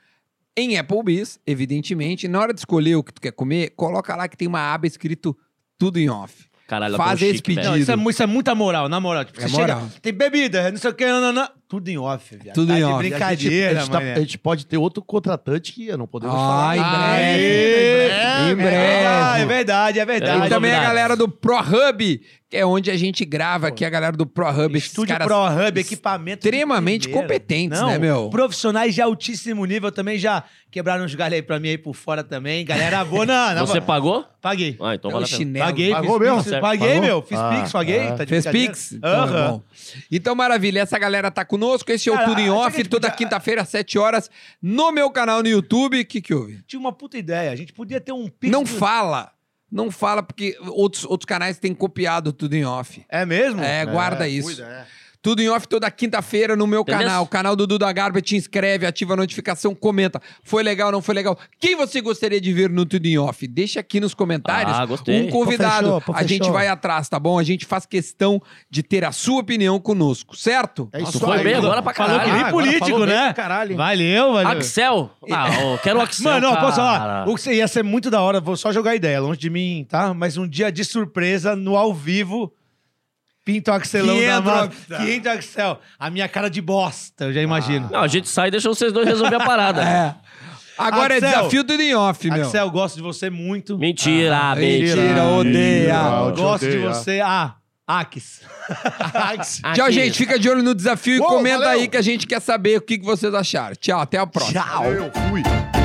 Speaker 1: em Applebee's, evidentemente. Na hora de escolher o que tu quer comer, coloca lá que tem uma aba escrito tudo em off.
Speaker 3: Caralho,
Speaker 1: Faz
Speaker 3: tão
Speaker 1: esse
Speaker 3: chique, velho.
Speaker 1: pedido.
Speaker 2: Não, isso, é, mu- isso é muita moral, na moral. Tipo,
Speaker 1: É
Speaker 2: você
Speaker 1: moral.
Speaker 2: chega, tem bebida, não sei o que, não, não, não. Tudo em off, viado.
Speaker 1: Tudo
Speaker 2: Tá
Speaker 1: em
Speaker 2: de
Speaker 1: off.
Speaker 4: a, gente,
Speaker 2: Brincadeira,
Speaker 4: a gente tá-
Speaker 2: mané.
Speaker 4: a gente pode ter outro contratante que não podemos falar.
Speaker 1: Ah, em
Speaker 2: Aê!
Speaker 1: breve. Em
Speaker 2: É verdade, é
Speaker 1: breve.
Speaker 2: verdade, é verdade.
Speaker 1: E também a
Speaker 2: Novidades.
Speaker 1: galera do ProHub, que é onde a gente grava aqui, a galera do ProHub. esses
Speaker 2: Estúdio
Speaker 1: caras
Speaker 2: Pro Hub, equipamento. de
Speaker 1: extremamente
Speaker 2: primeira.
Speaker 1: competentes,
Speaker 2: Não,
Speaker 1: né, meu?
Speaker 2: Profissionais de altíssimo nível também já quebraram uns galhos aí pra mim aí por fora também. Galera boa, não, não.
Speaker 3: Você pagou?
Speaker 2: Paguei.
Speaker 3: Ah, então
Speaker 1: É
Speaker 3: vale
Speaker 1: o
Speaker 3: a pena.
Speaker 1: chinelo.
Speaker 2: Paguei,
Speaker 4: Pagou
Speaker 2: fiz
Speaker 4: mesmo?
Speaker 2: pix,
Speaker 3: Certo.
Speaker 2: paguei,
Speaker 3: Pagou?
Speaker 2: meu. Fiz
Speaker 4: Ah,
Speaker 2: pix, paguei.
Speaker 4: ah.
Speaker 2: Tá de
Speaker 1: Fez
Speaker 2: brincadeira?
Speaker 1: Pix? Então, é
Speaker 2: Aham.
Speaker 1: bom. Então, maravilha. Essa galera tá conosco. Esse é o
Speaker 2: Cara,
Speaker 1: Tudo em
Speaker 2: acho que a
Speaker 1: Off,
Speaker 2: gente
Speaker 1: toda
Speaker 2: podia-
Speaker 1: quinta-feira, às 7 horas, no meu canal no YouTube. O que, que houve?
Speaker 2: Tinha uma puta ideia. A gente podia ter um pix.
Speaker 1: Não
Speaker 2: do-
Speaker 1: fala. Não fala, porque outros, outros canais têm copiado Tudo em Off.
Speaker 2: É mesmo?
Speaker 1: É, guarda isso.
Speaker 4: cuida, é.
Speaker 1: Tudo em off toda quinta-feira no meu
Speaker 3: Beleza?
Speaker 1: canal. Canal do Duda Garba, te inscreve, ativa a notificação, comenta. Foi legal, não foi legal? Quem você gostaria de ver no Tudo em Off? Deixa aqui nos comentários
Speaker 3: Ah, gostei.
Speaker 1: um convidado.
Speaker 4: Pô, fechou, pô,
Speaker 1: a gente
Speaker 4: fechou.
Speaker 1: vai atrás, tá bom? A gente faz questão de ter a sua opinião conosco, certo?
Speaker 4: É isso
Speaker 3: Tu foi
Speaker 4: aí,
Speaker 3: bem
Speaker 4: Duda.
Speaker 3: agora pra
Speaker 2: Falou que
Speaker 3: caralho.
Speaker 2: nem
Speaker 4: agora
Speaker 2: político,
Speaker 4: falou bem
Speaker 2: né?
Speaker 4: pra caralho.
Speaker 2: Valeu, valeu.
Speaker 3: Axel. Ah, ô, quero o Axel,
Speaker 2: Mano, ó,
Speaker 3: cara.
Speaker 2: posso falar? O que você- ia ser muito da hora, vou só jogar ideia, longe de mim, tá? Mas um dia de surpresa, no ao vivo, pinta o axelão
Speaker 1: Que
Speaker 2: da
Speaker 1: entra o
Speaker 2: massa.
Speaker 1: Axel.
Speaker 2: Que entra o axel. A minha cara de bosta, eu já imagino.
Speaker 1: Ah.
Speaker 3: Não, a gente sai e deixa vocês dois resolver a parada.
Speaker 1: É. Agora é
Speaker 2: Axel.
Speaker 1: desafio Tudo em Off, meu.
Speaker 2: Axel, gosto de você muito.
Speaker 3: Mentira, mentira.
Speaker 1: Mentira, odeia.
Speaker 4: Mentira.
Speaker 2: Eu
Speaker 4: te
Speaker 2: gosto de
Speaker 4: odeio,
Speaker 2: você. Ah, Ax. Ax.
Speaker 3: Aqui.
Speaker 1: Tchau, gente. Fica de olho no desafio
Speaker 4: Uou,
Speaker 1: e comenta
Speaker 4: valeu.
Speaker 1: aí que a gente quer saber o que que vocês acharam. Tchau, até a próxima.
Speaker 4: Eu fui.